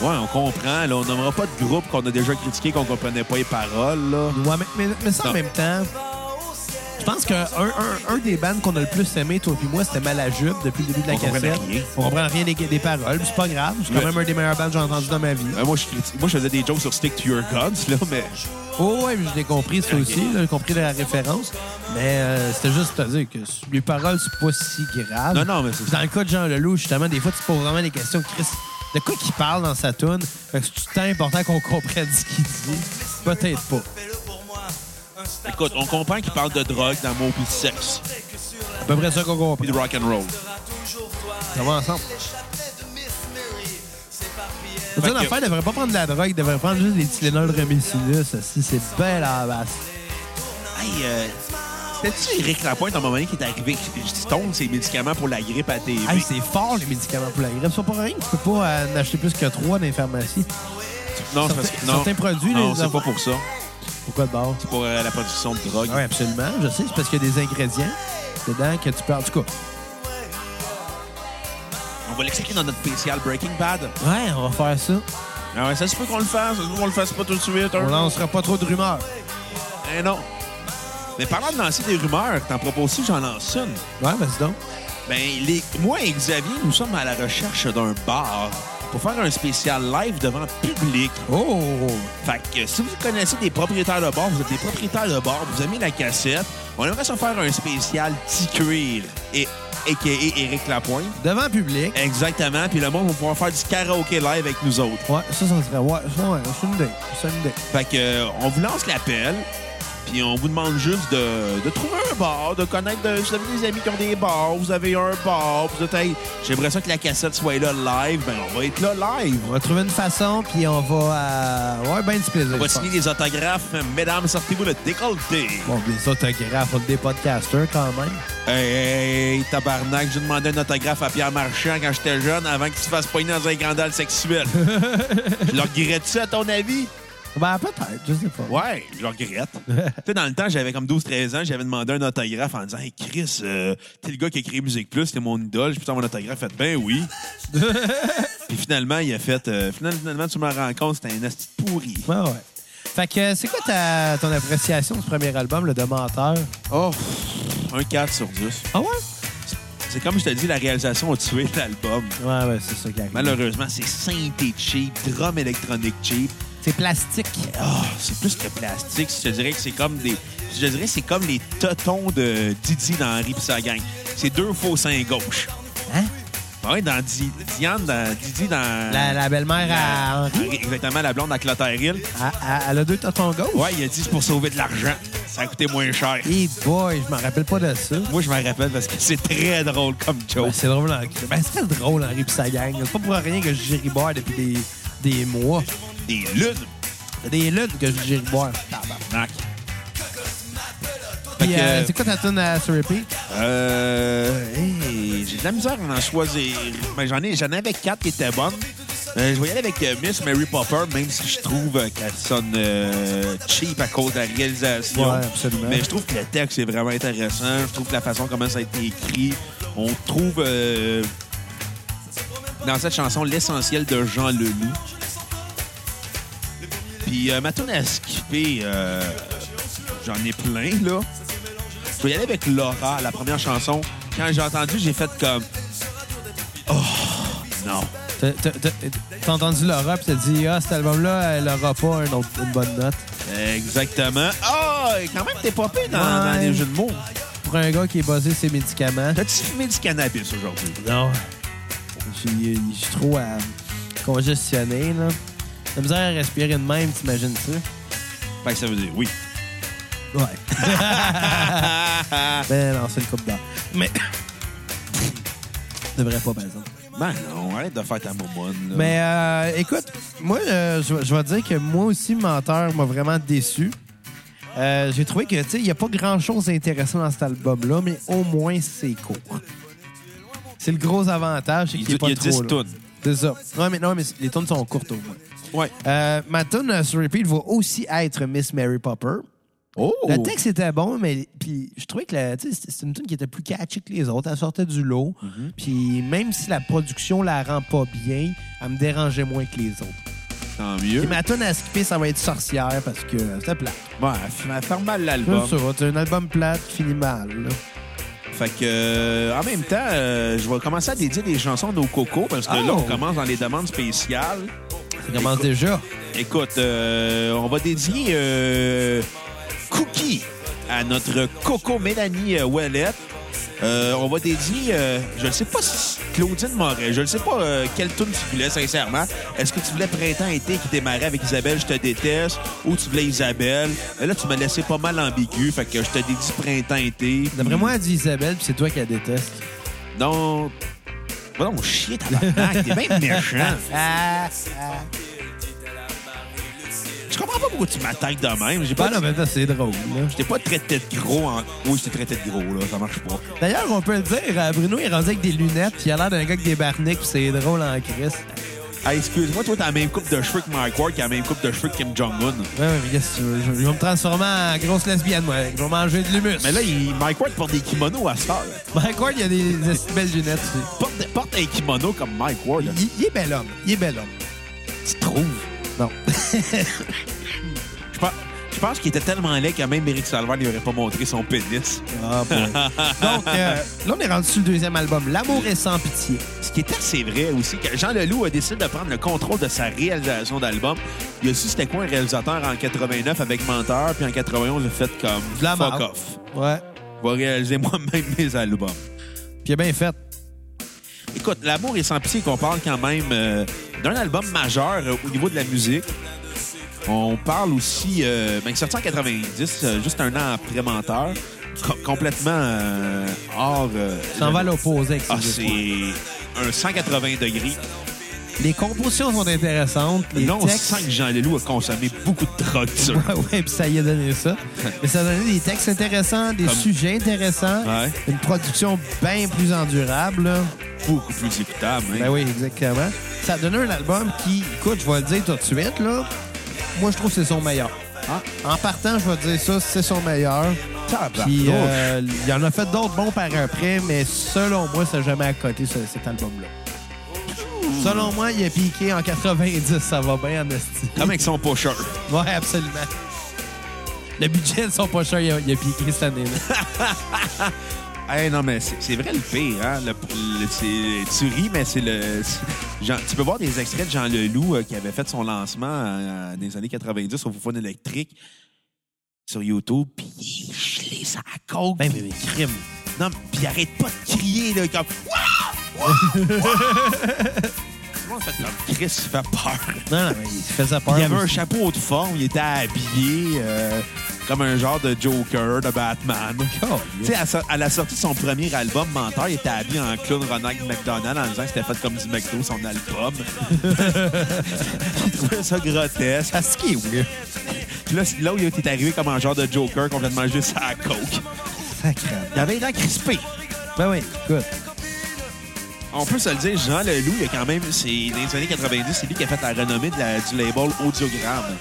[SPEAKER 1] Ouais, on comprend. Là, on n'aimera pas de groupe qu'on a déjà critiqué, qu'on comprenait pas les paroles. Là.
[SPEAKER 2] Ouais, mais, mais- mais ça, en
[SPEAKER 1] Non.
[SPEAKER 2] même temps, je pense qu'un un, un des bands qu'on a le plus aimé, toi puis moi, c'était Malajup depuis le début de la
[SPEAKER 1] On comprenait
[SPEAKER 2] cassette.
[SPEAKER 1] rien.
[SPEAKER 2] On comprend rien des, des paroles, puis c'est pas grave. C'est quand
[SPEAKER 1] Ouais.
[SPEAKER 2] même un des meilleurs bands que j'ai entendu dans ma vie.
[SPEAKER 1] Euh, moi, je critique- moi, je faisais des jokes sur Stick to Your Guns, là, mais
[SPEAKER 2] Oh, ouais, je l'ai compris, ça aussi. là, J'ai compris la référence. Mais euh, c'était juste à dire que les paroles, c'est pas si grave.
[SPEAKER 1] Non, non, mais c'est ça.
[SPEAKER 2] Dans le cas de Jean Leloup, justement, des fois, tu te poses vraiment des questions. Chris, de quoi qu'il parle dans sa tune? Fait que c'est tout le temps important qu'on comprenne ce qu'il dit. Peut-être pas.
[SPEAKER 1] écoute, on comprend qu'il parle de drogue, d'amour puis de sexe,
[SPEAKER 2] À peu près ça qu'on comprend.
[SPEAKER 1] puis de rock and roll.
[SPEAKER 2] Ça va ensemble. Je veux dire,
[SPEAKER 1] Fait que-
[SPEAKER 2] l'affaire devrait pas prendre de la drogue, devrait prendre juste des Tylenol Remicilus. Si c'est belle à la basse.
[SPEAKER 1] Hey, euh, c'était-tu Eric Lapointe à un moment donné qui est arrivé qui stone ses médicaments pour la grippe à TV?
[SPEAKER 2] Hey, c'est fort, les médicaments pour la grippe. C'est pas pour rien que tu peux pas euh, en acheter plus que trois dans les
[SPEAKER 1] non,
[SPEAKER 2] pharmacies.
[SPEAKER 1] c'est
[SPEAKER 2] certains-
[SPEAKER 1] parce que non,
[SPEAKER 2] certains produits,
[SPEAKER 1] non,
[SPEAKER 2] les
[SPEAKER 1] c'est
[SPEAKER 2] enfants-
[SPEAKER 1] pas pour ça.
[SPEAKER 2] Pourquoi de bord?
[SPEAKER 1] C'est pour euh, la production de drogue.
[SPEAKER 2] Oui, absolument. Je sais, c'est parce qu'il y a des ingrédients dedans que tu peux... En tout cas,
[SPEAKER 1] On va l'expliquer dans notre spécial Breaking Bad.
[SPEAKER 2] ouais, on va faire ça.
[SPEAKER 1] Ah ouais, ça se peut qu'on le fasse, ça se peut qu'on le fasse pas tout de suite.
[SPEAKER 2] On
[SPEAKER 1] hein.
[SPEAKER 2] lancera pas trop de rumeurs.
[SPEAKER 1] Eh non. Mais parlant de lancer des rumeurs, t'en proposes que j'en lance une.
[SPEAKER 2] Ouais, vas-y donc.
[SPEAKER 1] Ben, les... moi et Xavier, nous sommes à la recherche d'un bar pour faire un spécial live devant public.
[SPEAKER 2] Oh!
[SPEAKER 1] Fait que si vous connaissez des propriétaires de bar, vous êtes des propriétaires de bar, vous aimez la cassette, on aimerait se faire un spécial T-Cuir et a.k.a. Éric Lapointe.
[SPEAKER 2] Devant public.
[SPEAKER 1] Exactement. Puis le monde va pouvoir faire du karaoké live avec nous autres.
[SPEAKER 2] Ouais, ça, ça serait... Ouais, ça, ouais, c'est une idée. C'est une idée.
[SPEAKER 1] Fait que euh, on vous lance l'appel, puis on vous demande juste de, de trouver un bar, de connaître. de- vous avez des amis qui ont des bars, vous avez un bar, puis vous êtes hey, j'aimerais ça que la cassette soit là live, ben on va être là live.
[SPEAKER 2] On va trouver une façon, puis on va... euh, Ouais, ben du plaisir.
[SPEAKER 1] On va
[SPEAKER 2] je
[SPEAKER 1] signer
[SPEAKER 2] pense.
[SPEAKER 1] des autographes, mesdames, sortez-vous le décolleté.
[SPEAKER 2] Bon, les autographes, on est des podcasters quand même.
[SPEAKER 1] Hey, hey, hey, tabarnak, j'ai demandé un autographe à Pierre Marchand quand j'étais jeune avant qu'il se fasse pogner dans un scandale sexuel. Je le regrette ça à ton avis?
[SPEAKER 2] Ben, peut-être, je sais pas.
[SPEAKER 1] Ouais, je le regrette. tu sais, dans le temps, j'avais comme 12-13 ans, j'avais demandé un autographe en disant Hey Chris, euh, t'es le gars qui a créé Musique Plus, t'es mon idole, je peux avoir mon autographe. Fait ben oui. Puis finalement, il a fait euh, finalement, finalement, tu me rends compte, c'était un asti pourri.
[SPEAKER 2] Ouais, ouais. Fait que, euh, c'est quoi ta, ton appréciation du premier album, Le Dementeur?
[SPEAKER 1] Oh, pff, un 4 sur 10.
[SPEAKER 2] Ah ouais?
[SPEAKER 1] C'est comme je te dis, la réalisation a tué l'album.
[SPEAKER 2] Ouais, ouais, c'est ça qui arrive.
[SPEAKER 1] Malheureusement, c'est synthé cheap, drum électronique cheap.
[SPEAKER 2] C'est plastique.
[SPEAKER 1] Ah, c'est plus que plastique. Je te dirais que c'est comme des. Je te dirais que c'est comme les totons de Didi dans Henri pis sa gang. C'est deux faux seins gauche. Ah
[SPEAKER 2] Hein?
[SPEAKER 1] Ouais, dans Di- Diane, dans Didi dans.
[SPEAKER 2] La, la belle-mère à
[SPEAKER 1] La-
[SPEAKER 2] Henri,
[SPEAKER 1] Exactement, la blonde à Clotaire Hill.
[SPEAKER 2] à- à- elle a deux tontons gauche.
[SPEAKER 1] Ouais, il a dit c'est pour sauver de l'argent. Ça a coûté moins cher.
[SPEAKER 2] Hey boy, je m'en rappelle pas de ça.
[SPEAKER 1] Moi, je m'en rappelle parce que c'est très drôle comme
[SPEAKER 2] Ben,
[SPEAKER 1] joke.
[SPEAKER 2] c'est drôle, en crise. Ben, c'est très drôle, Henri pis sa gang. C'est pas pour rien que je gériboire depuis des, des mois.
[SPEAKER 1] Des lunes,
[SPEAKER 2] C'est des luttes que je gériboire.
[SPEAKER 1] Mac. Fait
[SPEAKER 2] Puis,
[SPEAKER 1] que,
[SPEAKER 2] euh, c'est quoi ta tune à sur repeat?
[SPEAKER 1] Euh. hey, j'ai de la misère à en choisir. Mais j'en ai, j'en avais quatre qui étaient bonnes. Euh, je vais y aller avec euh, Miss Mary Popper, même si je trouve euh, qu'elle sonne euh, cheap à cause de la réalisation.
[SPEAKER 2] Ouais, absolument.
[SPEAKER 1] Mais je trouve que le texte est vraiment intéressant. Je trouve que la façon comment ça a été écrit, on trouve euh, dans cette chanson l'essentiel de Jean Leloup. Puis euh, ma tune à skipper, euh, j'en ai plein, là. Je vais y aller avec Laura, la première chanson. Quand j'ai entendu, j'ai fait comme... Oh, non.
[SPEAKER 2] T'as- t'as- t'as- T'as entendu Laura pis t'as dit, ah, cet album-là, elle aura pas un autre- une bonne note.
[SPEAKER 1] Exactement. Ah, et quand même, t'es popé dans, dans
[SPEAKER 2] Ouais.
[SPEAKER 1] les jeux de mots.
[SPEAKER 2] Pour un gars qui est basé sur ses médicaments.
[SPEAKER 1] T'as-tu fumé du cannabis aujourd'hui?
[SPEAKER 2] Non. Je suis je suis trop euh, congestionné, là. La misère à respirer de même, t'imagines ça?
[SPEAKER 1] Fait que ça veut dire oui.
[SPEAKER 2] Ouais. ben non, c'est une coupe d'or. Mais. devrait pas, par exemple.
[SPEAKER 1] ben non, arrête de faire ta momone. là.
[SPEAKER 2] Mais euh, écoute, moi, euh, je vais- je vais dire que moi aussi, Menteur m'a vraiment déçu. Euh, J'ai trouvé que, tu sais, il n'y a pas grand-chose d'intéressant dans cet album-là, mais au moins, c'est court. C'est le gros avantage, c'est
[SPEAKER 1] il,
[SPEAKER 2] qu'il n'est
[SPEAKER 1] y
[SPEAKER 2] pas
[SPEAKER 1] a
[SPEAKER 2] trop
[SPEAKER 1] 10
[SPEAKER 2] long.
[SPEAKER 1] tonnes.
[SPEAKER 2] C'est ça. Non, mais, non, mais les tunes sont courtes au moins.
[SPEAKER 1] Ouais.
[SPEAKER 2] Euh, ma tune euh, sur repeat va aussi être Miss Mary Popper.
[SPEAKER 1] Oh!
[SPEAKER 2] Le texte était bon, mais puis je trouvais que la- tu sais, c'est c'est une tune qui était plus catchy que les autres. Elle sortait du lot. Puis même si la production la rend pas bien, elle me dérangeait moins que les autres.
[SPEAKER 1] Tant mieux.
[SPEAKER 2] Et ma tune à skipper, ça va être Sorcière parce que euh, c'était plat.
[SPEAKER 1] Bon, elle f- elle ferme mal l'album.
[SPEAKER 2] C'est ça, c'est un album plate qui finit mal. là.
[SPEAKER 1] Fait que, euh, en même temps, euh, je vais commencer à dédier des chansons de nos cocos parce que là,
[SPEAKER 2] Oh!
[SPEAKER 1] on commence dans les demandes spéciales.
[SPEAKER 2] Ça commence déjà.
[SPEAKER 1] Écoute, euh, on va dédier euh, Cookie à notre coco Mélanie euh, Ouellette. Euh, on va dédier, euh, je ne sais pas si Claudine Moret, je ne sais pas euh, quelle tune tu voulais, sincèrement. Est-ce que tu voulais Printemps-été qui démarrait avec Isabelle, je te déteste, ou tu voulais Isabelle? Mais Là, tu m'as laissé pas mal ambigu, fait que je te dédie Printemps-été.
[SPEAKER 2] D'après moi, elle dit Isabelle, puis c'est toi qui la déteste.
[SPEAKER 1] Non. Va donc chier, tabarnak. T'es bien méchant.
[SPEAKER 2] Ah, ah.
[SPEAKER 1] Je comprends pas pourquoi tu m'attaques de même. J'ai
[SPEAKER 2] Bah
[SPEAKER 1] pas...
[SPEAKER 2] non, mais attends, c'est drôle. là.
[SPEAKER 1] Je t'ai pas traité de gros en... Oui, je t'ai traité de gros, là. Ça marche pas.
[SPEAKER 2] D'ailleurs, on peut le dire, euh, Bruno est rendu avec des lunettes, puis il a l'air d'un gars avec des barniques, puis c'est drôle en crise.
[SPEAKER 1] Hey, excuse-moi, toi, t'as la même coupe de cheveux que Mike Ward, qui a la même coupe de cheveux que Kim Jong-un.
[SPEAKER 2] Ouais, ouais, mais qu'est-ce que tu veux? Je, je vais me transformer en grosse lesbienne, moi. Je vais manger de l'humus.
[SPEAKER 1] Mais là, il... Mike Ward porte des kimonos à ça.
[SPEAKER 2] Mike Ward, il a des, des belles lunettes, tu sais.
[SPEAKER 1] Porte... porte un kimono comme Mike Ward. là.
[SPEAKER 2] Il, il est bel homme. Il est bel homme.
[SPEAKER 1] Tu trouves?
[SPEAKER 2] Non.
[SPEAKER 1] Je pense... Je pense qu'il était tellement laid que même Eric Salvaire lui aurait pas montré son pénis.
[SPEAKER 2] Ah, boy. Donc, euh, là, on est rendu sur le deuxième album, L'amour est sans pitié.
[SPEAKER 1] Ce qui était assez vrai aussi, quand Jean Leloup a décidé de prendre le contrôle de sa réalisation d'album, il a su c'était quoi un réalisateur en 89 avec Menteur, puis en 91, il a fait comme
[SPEAKER 2] De la
[SPEAKER 1] fuck
[SPEAKER 2] marde.
[SPEAKER 1] off.
[SPEAKER 2] Ouais.
[SPEAKER 1] Je vais réaliser moi-même mes albums.
[SPEAKER 2] Puis il est bien fait.
[SPEAKER 1] Écoute, L'amour est sans pitié qu'on parle quand même euh, d'un album majeur euh, au niveau de la musique. On parle aussi, euh, ben, sorti en 90, euh, juste un an après Menteur, co- complètement euh, hors. euh,
[SPEAKER 2] S'en va à l'opposé avec ça.
[SPEAKER 1] Ah, c'est un 180 degrés.
[SPEAKER 2] Les compositions sont intéressantes. Les
[SPEAKER 1] non,
[SPEAKER 2] textes...
[SPEAKER 1] on sent que Jean Leloup a consommé beaucoup de drogue, ça.
[SPEAKER 2] Ouais, ouais, puis ça y a donné ça. Mais ça a donné des textes intéressants, des
[SPEAKER 1] Comme-
[SPEAKER 2] sujets intéressants,
[SPEAKER 1] Ouais.
[SPEAKER 2] une production bien plus endurable. là.
[SPEAKER 1] Beaucoup plus écoutable. hein.
[SPEAKER 2] Ben oui, exactement. Ça a donné un album qui, écoute, je vais le dire tout de suite, là, Moi, je trouve que c'est son meilleur.
[SPEAKER 3] Ah.
[SPEAKER 2] En partant, je vais te dire ça, c'est son meilleur. Puis, euh, il y en a fait d'autres bons par après, mais selon moi, ça n'a jamais à côté ce- cet album-là. Selon moi, il a piqué en 90, ça va bien, Amnesty.
[SPEAKER 1] Comme avec son pusher.
[SPEAKER 2] Ouais, absolument. Le budget de son pocheur, il a, il a piqué cette année-là.
[SPEAKER 1] Hey, non, mais c'est c'est vrai le pire. Hein? Le- le- c'est- tu ris, mais c'est le. c'est- Jean- tu peux voir des extraits de Jean Leloup euh, qui avait fait son lancement euh, euh, dans les années 90 au Foufoune électrique sur YouTube. Puis il est gelé, ça à coke.
[SPEAKER 2] Ben, mais, mais crime.
[SPEAKER 1] Non, mais- puis il arrête pas de crier, là, comme. Wouah! Wouah! Wouah! Tout le monde fait comme Chris, il fait peur.
[SPEAKER 2] Non, non, mais il faisait peur.
[SPEAKER 1] Il avait un
[SPEAKER 2] aussi.
[SPEAKER 1] chapeau haut de forme, il était habillé euh, comme un genre de Joker, de Batman.
[SPEAKER 2] Oh,
[SPEAKER 1] Tu sais, à, sa- à la sortie de son premier album, Menteur, il était habillé en clown Ronald McDonald en disant que c'était fait comme du McDo, son album. il trouvait ça grotesque.
[SPEAKER 2] Ah, ce qui est weird.
[SPEAKER 1] Puis là, c'est- là où il était arrivé comme un genre de Joker complètement juste à la coke.
[SPEAKER 2] Sacré.
[SPEAKER 1] Il avait l'air crispé.
[SPEAKER 2] Ben oui, écoute.
[SPEAKER 1] On peut se le dire, Jean Leloup, il a quand même, c'est dans les années 90, c'est lui qui a fait la renommée de la- du label Audiogramme.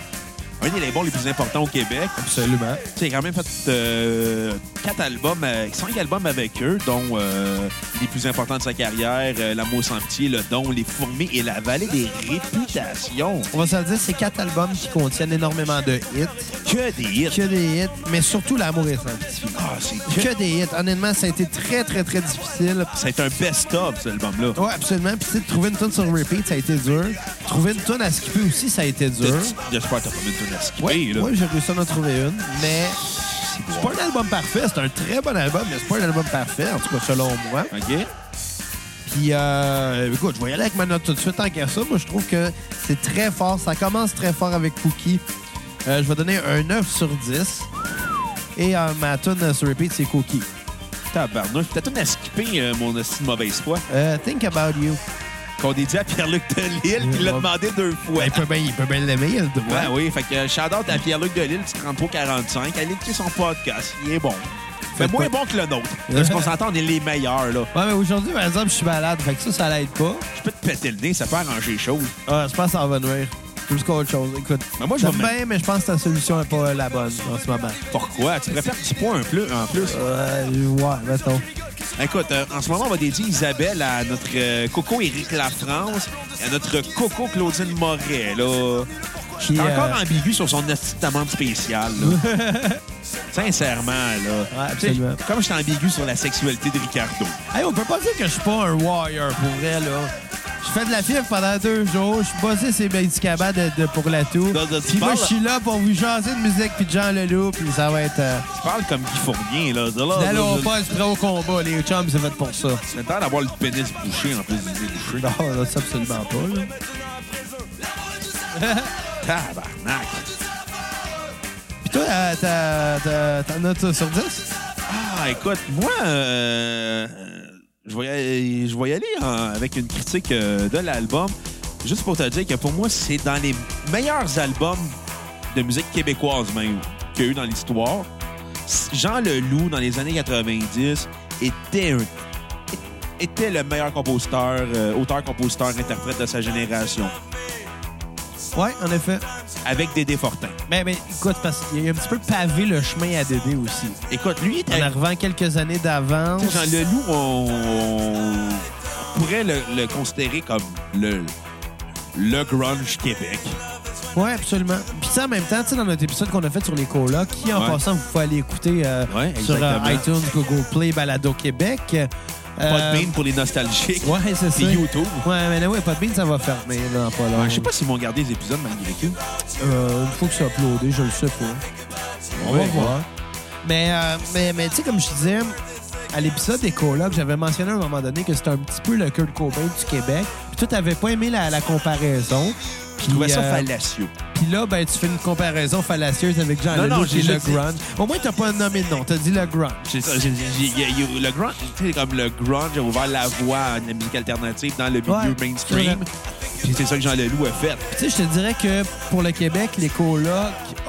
[SPEAKER 1] Un des labels les plus importants au Québec.
[SPEAKER 2] Absolument.
[SPEAKER 1] Tu sais, il a quand même fait euh, quatre albums, euh, cinq albums avec eux, dont euh, les plus importants de sa carrière, euh, L'amour sans pitié, Le Don, Les fourmis et La vallée des réputations.
[SPEAKER 2] On va se le dire, c'est quatre albums qui contiennent énormément de hits.
[SPEAKER 1] Que des hits.
[SPEAKER 2] Que des hits, mais surtout l'amour est sanctifié.
[SPEAKER 1] Ah, c'est que...
[SPEAKER 2] Que des hits. Honnêtement, ça a été très, très, très difficile.
[SPEAKER 1] C'est un best-of, cet album-là.
[SPEAKER 2] Ouais, absolument. Puis, tu sais, de trouver une tonne sur repeat, ça a été dur. Trouver une tonne à skipper aussi, ça a été dur.
[SPEAKER 1] J'espère que t'as pas mis une tonne à skipper,
[SPEAKER 2] Ouais,
[SPEAKER 1] là.
[SPEAKER 2] ouais, j'ai réussi à en trouver une, mais
[SPEAKER 1] C'est
[SPEAKER 2] c'est
[SPEAKER 1] bon.
[SPEAKER 2] pas un album parfait. C'est un très bon album, mais c'est pas un album parfait, en tout cas selon moi.
[SPEAKER 1] OK?
[SPEAKER 2] Puis, euh, écoute, je vais y aller avec ma note tout de suite. Tant qu'à ça, moi, je trouve que c'est très fort. Ça commence très fort avec Cookie. Euh, je vais donner un 9 sur 10. Et euh, ma tune sur repeat, c'est Cookie.
[SPEAKER 1] Tabarnouche. T'as tout à skipper, euh, mon esti de mauvaise foi,
[SPEAKER 2] Euh, think about you.
[SPEAKER 1] qu'on dédie à Pierre-Luc Delisle, puis il l'a demandé deux fois.
[SPEAKER 2] Ben, il peut bien il peut bien l'aimer, il a le droit.
[SPEAKER 1] Ouais, Ben oui. Fait que shout-out à Pierre-Luc Delisle, petit 3345. Allez écouter son podcast. Il est bon.
[SPEAKER 2] Fait
[SPEAKER 1] Mais moins
[SPEAKER 2] quoi?
[SPEAKER 1] bon que le nôtre. Parce qu'on s'entend, on est les meilleurs, là.
[SPEAKER 2] Ouais, mais aujourd'hui, par exemple, je suis malade. Fait que ça, ça l'aide pas.
[SPEAKER 1] Je peux te péter le nez, ça peut arranger les choses.
[SPEAKER 2] Ah, je pense que ça va venir. Plus qu'autre chose. Écoute,
[SPEAKER 1] Mais Ben, moi, je vais
[SPEAKER 2] j'aime bien, mais je pense que ta solution n'est pas la bonne en ce moment.
[SPEAKER 1] Pourquoi? Tu préfères 10 points en plus? En plus?
[SPEAKER 2] Euh, ouais, mettons.
[SPEAKER 1] Écoute, euh, en ce moment, on va dédier Isabelle à notre euh, Coco Éric Lafrance et à notre Coco Claudine Moret, là. Je suis
[SPEAKER 2] Qui,
[SPEAKER 1] encore
[SPEAKER 2] euh,
[SPEAKER 1] ambigu sur son esti d'amende spéciale, là. Sincèrement, là.
[SPEAKER 2] Ouais, absolument.
[SPEAKER 1] Tu sais, Comme je suis ambigu sur la sexualité de Ricardo.
[SPEAKER 2] Hey, on peut pas dire que je suis pas un warrior pour vrai, là. Je fais de la fièvre pendant deux jours. Je suis bossé ces médicaments de, de- pour la toux.
[SPEAKER 1] Non, non, tu
[SPEAKER 2] Puis moi,
[SPEAKER 1] parles-
[SPEAKER 2] je suis là pour vous jaser de musique puis de Jean Leloup. Puis ça va être... Euh,
[SPEAKER 1] Tu parles comme Guy Fournier, là. Là, là,
[SPEAKER 2] N'allons
[SPEAKER 1] là,
[SPEAKER 2] pas se prêt au combat. Les chums, c'est fait pour ça.
[SPEAKER 1] C'est le temps d'avoir le pénis bouché en plus du nez bouché.
[SPEAKER 2] Non, non, ça, absolument pas, là.
[SPEAKER 1] Tabarnak!
[SPEAKER 2] Puis toi, euh, t'as- t'as- t'en as sur 10?
[SPEAKER 1] Ah, écoute, moi, euh, je vais y aller- je vais y aller en- avec une critique euh, de l'album, juste pour te dire que pour moi, c'est dans les meilleurs albums de musique québécoise même qu'il y a eu dans l'histoire. S- Jean Leloup, dans les années 90, était un- é- était le meilleur compositeur, euh, auteur-compositeur, interprète de sa génération,
[SPEAKER 2] Ouais, en effet.
[SPEAKER 1] avec Dédé Fortin.
[SPEAKER 2] Mais, mais écoute, parce qu'il a un petit peu pavé le chemin à Dédé aussi.
[SPEAKER 1] Écoute, lui, il était
[SPEAKER 2] En arrivant quelques années d'avance.
[SPEAKER 1] Tu sais, Jean Leloup, on, on pourrait le, le considérer comme le, le grunge Québec.
[SPEAKER 2] Ouais, absolument. Puis ça, en même temps, tu sais, dans notre épisode qu'on a fait sur les colocs, qui, en
[SPEAKER 1] Ouais.
[SPEAKER 2] passant, vous pouvez aller écouter euh,
[SPEAKER 1] Ouais,
[SPEAKER 2] sur euh,
[SPEAKER 1] exactement.
[SPEAKER 2] iTunes, Google Play, Balado Québec. Euh,
[SPEAKER 1] Pas de mine pour les nostalgiques.
[SPEAKER 2] Ouais, c'est ça.
[SPEAKER 1] C'est YouTube.
[SPEAKER 2] Ouais, mais là, ouais, pas de mine, ça va fermer dans pas long.
[SPEAKER 1] Ouais, je sais pas s'ils vont garder les épisodes malgré tout.
[SPEAKER 2] Euh, une fois que c'est uploadé, je le sais pas. On va
[SPEAKER 1] Ouais,
[SPEAKER 2] voir. Mais, euh, mais, mais tu sais, comme je disais, à l'épisode des colocs, j'avais mentionné à un moment donné que c'était un petit peu le Kurt Cobain du Québec. Puis toi, t'avais pas aimé la, la comparaison. Puis,
[SPEAKER 1] Je trouvais ça
[SPEAKER 2] euh,
[SPEAKER 1] fallacieux.
[SPEAKER 2] Puis là, ben, tu fais une comparaison fallacieuse avec Jean
[SPEAKER 1] Non,
[SPEAKER 2] Leloup
[SPEAKER 1] non,
[SPEAKER 2] et
[SPEAKER 1] j'ai
[SPEAKER 2] le
[SPEAKER 1] juste dit-
[SPEAKER 2] grunge. Au moins, t'as pas nommé de nom. T'as dit le grunge.
[SPEAKER 1] C'est ça, j'ai- j'ai- il y a- il y a- le grunge, tu sais, comme le grunge a ouvert la voie à la musique alternative dans le milieu
[SPEAKER 2] Ouais, c'est
[SPEAKER 1] mainstream.
[SPEAKER 2] vrai.
[SPEAKER 1] Puis c'est ça que Jean Leloup a fait.
[SPEAKER 2] Puis Tu sais, je te dirais que pour le Québec, les colocs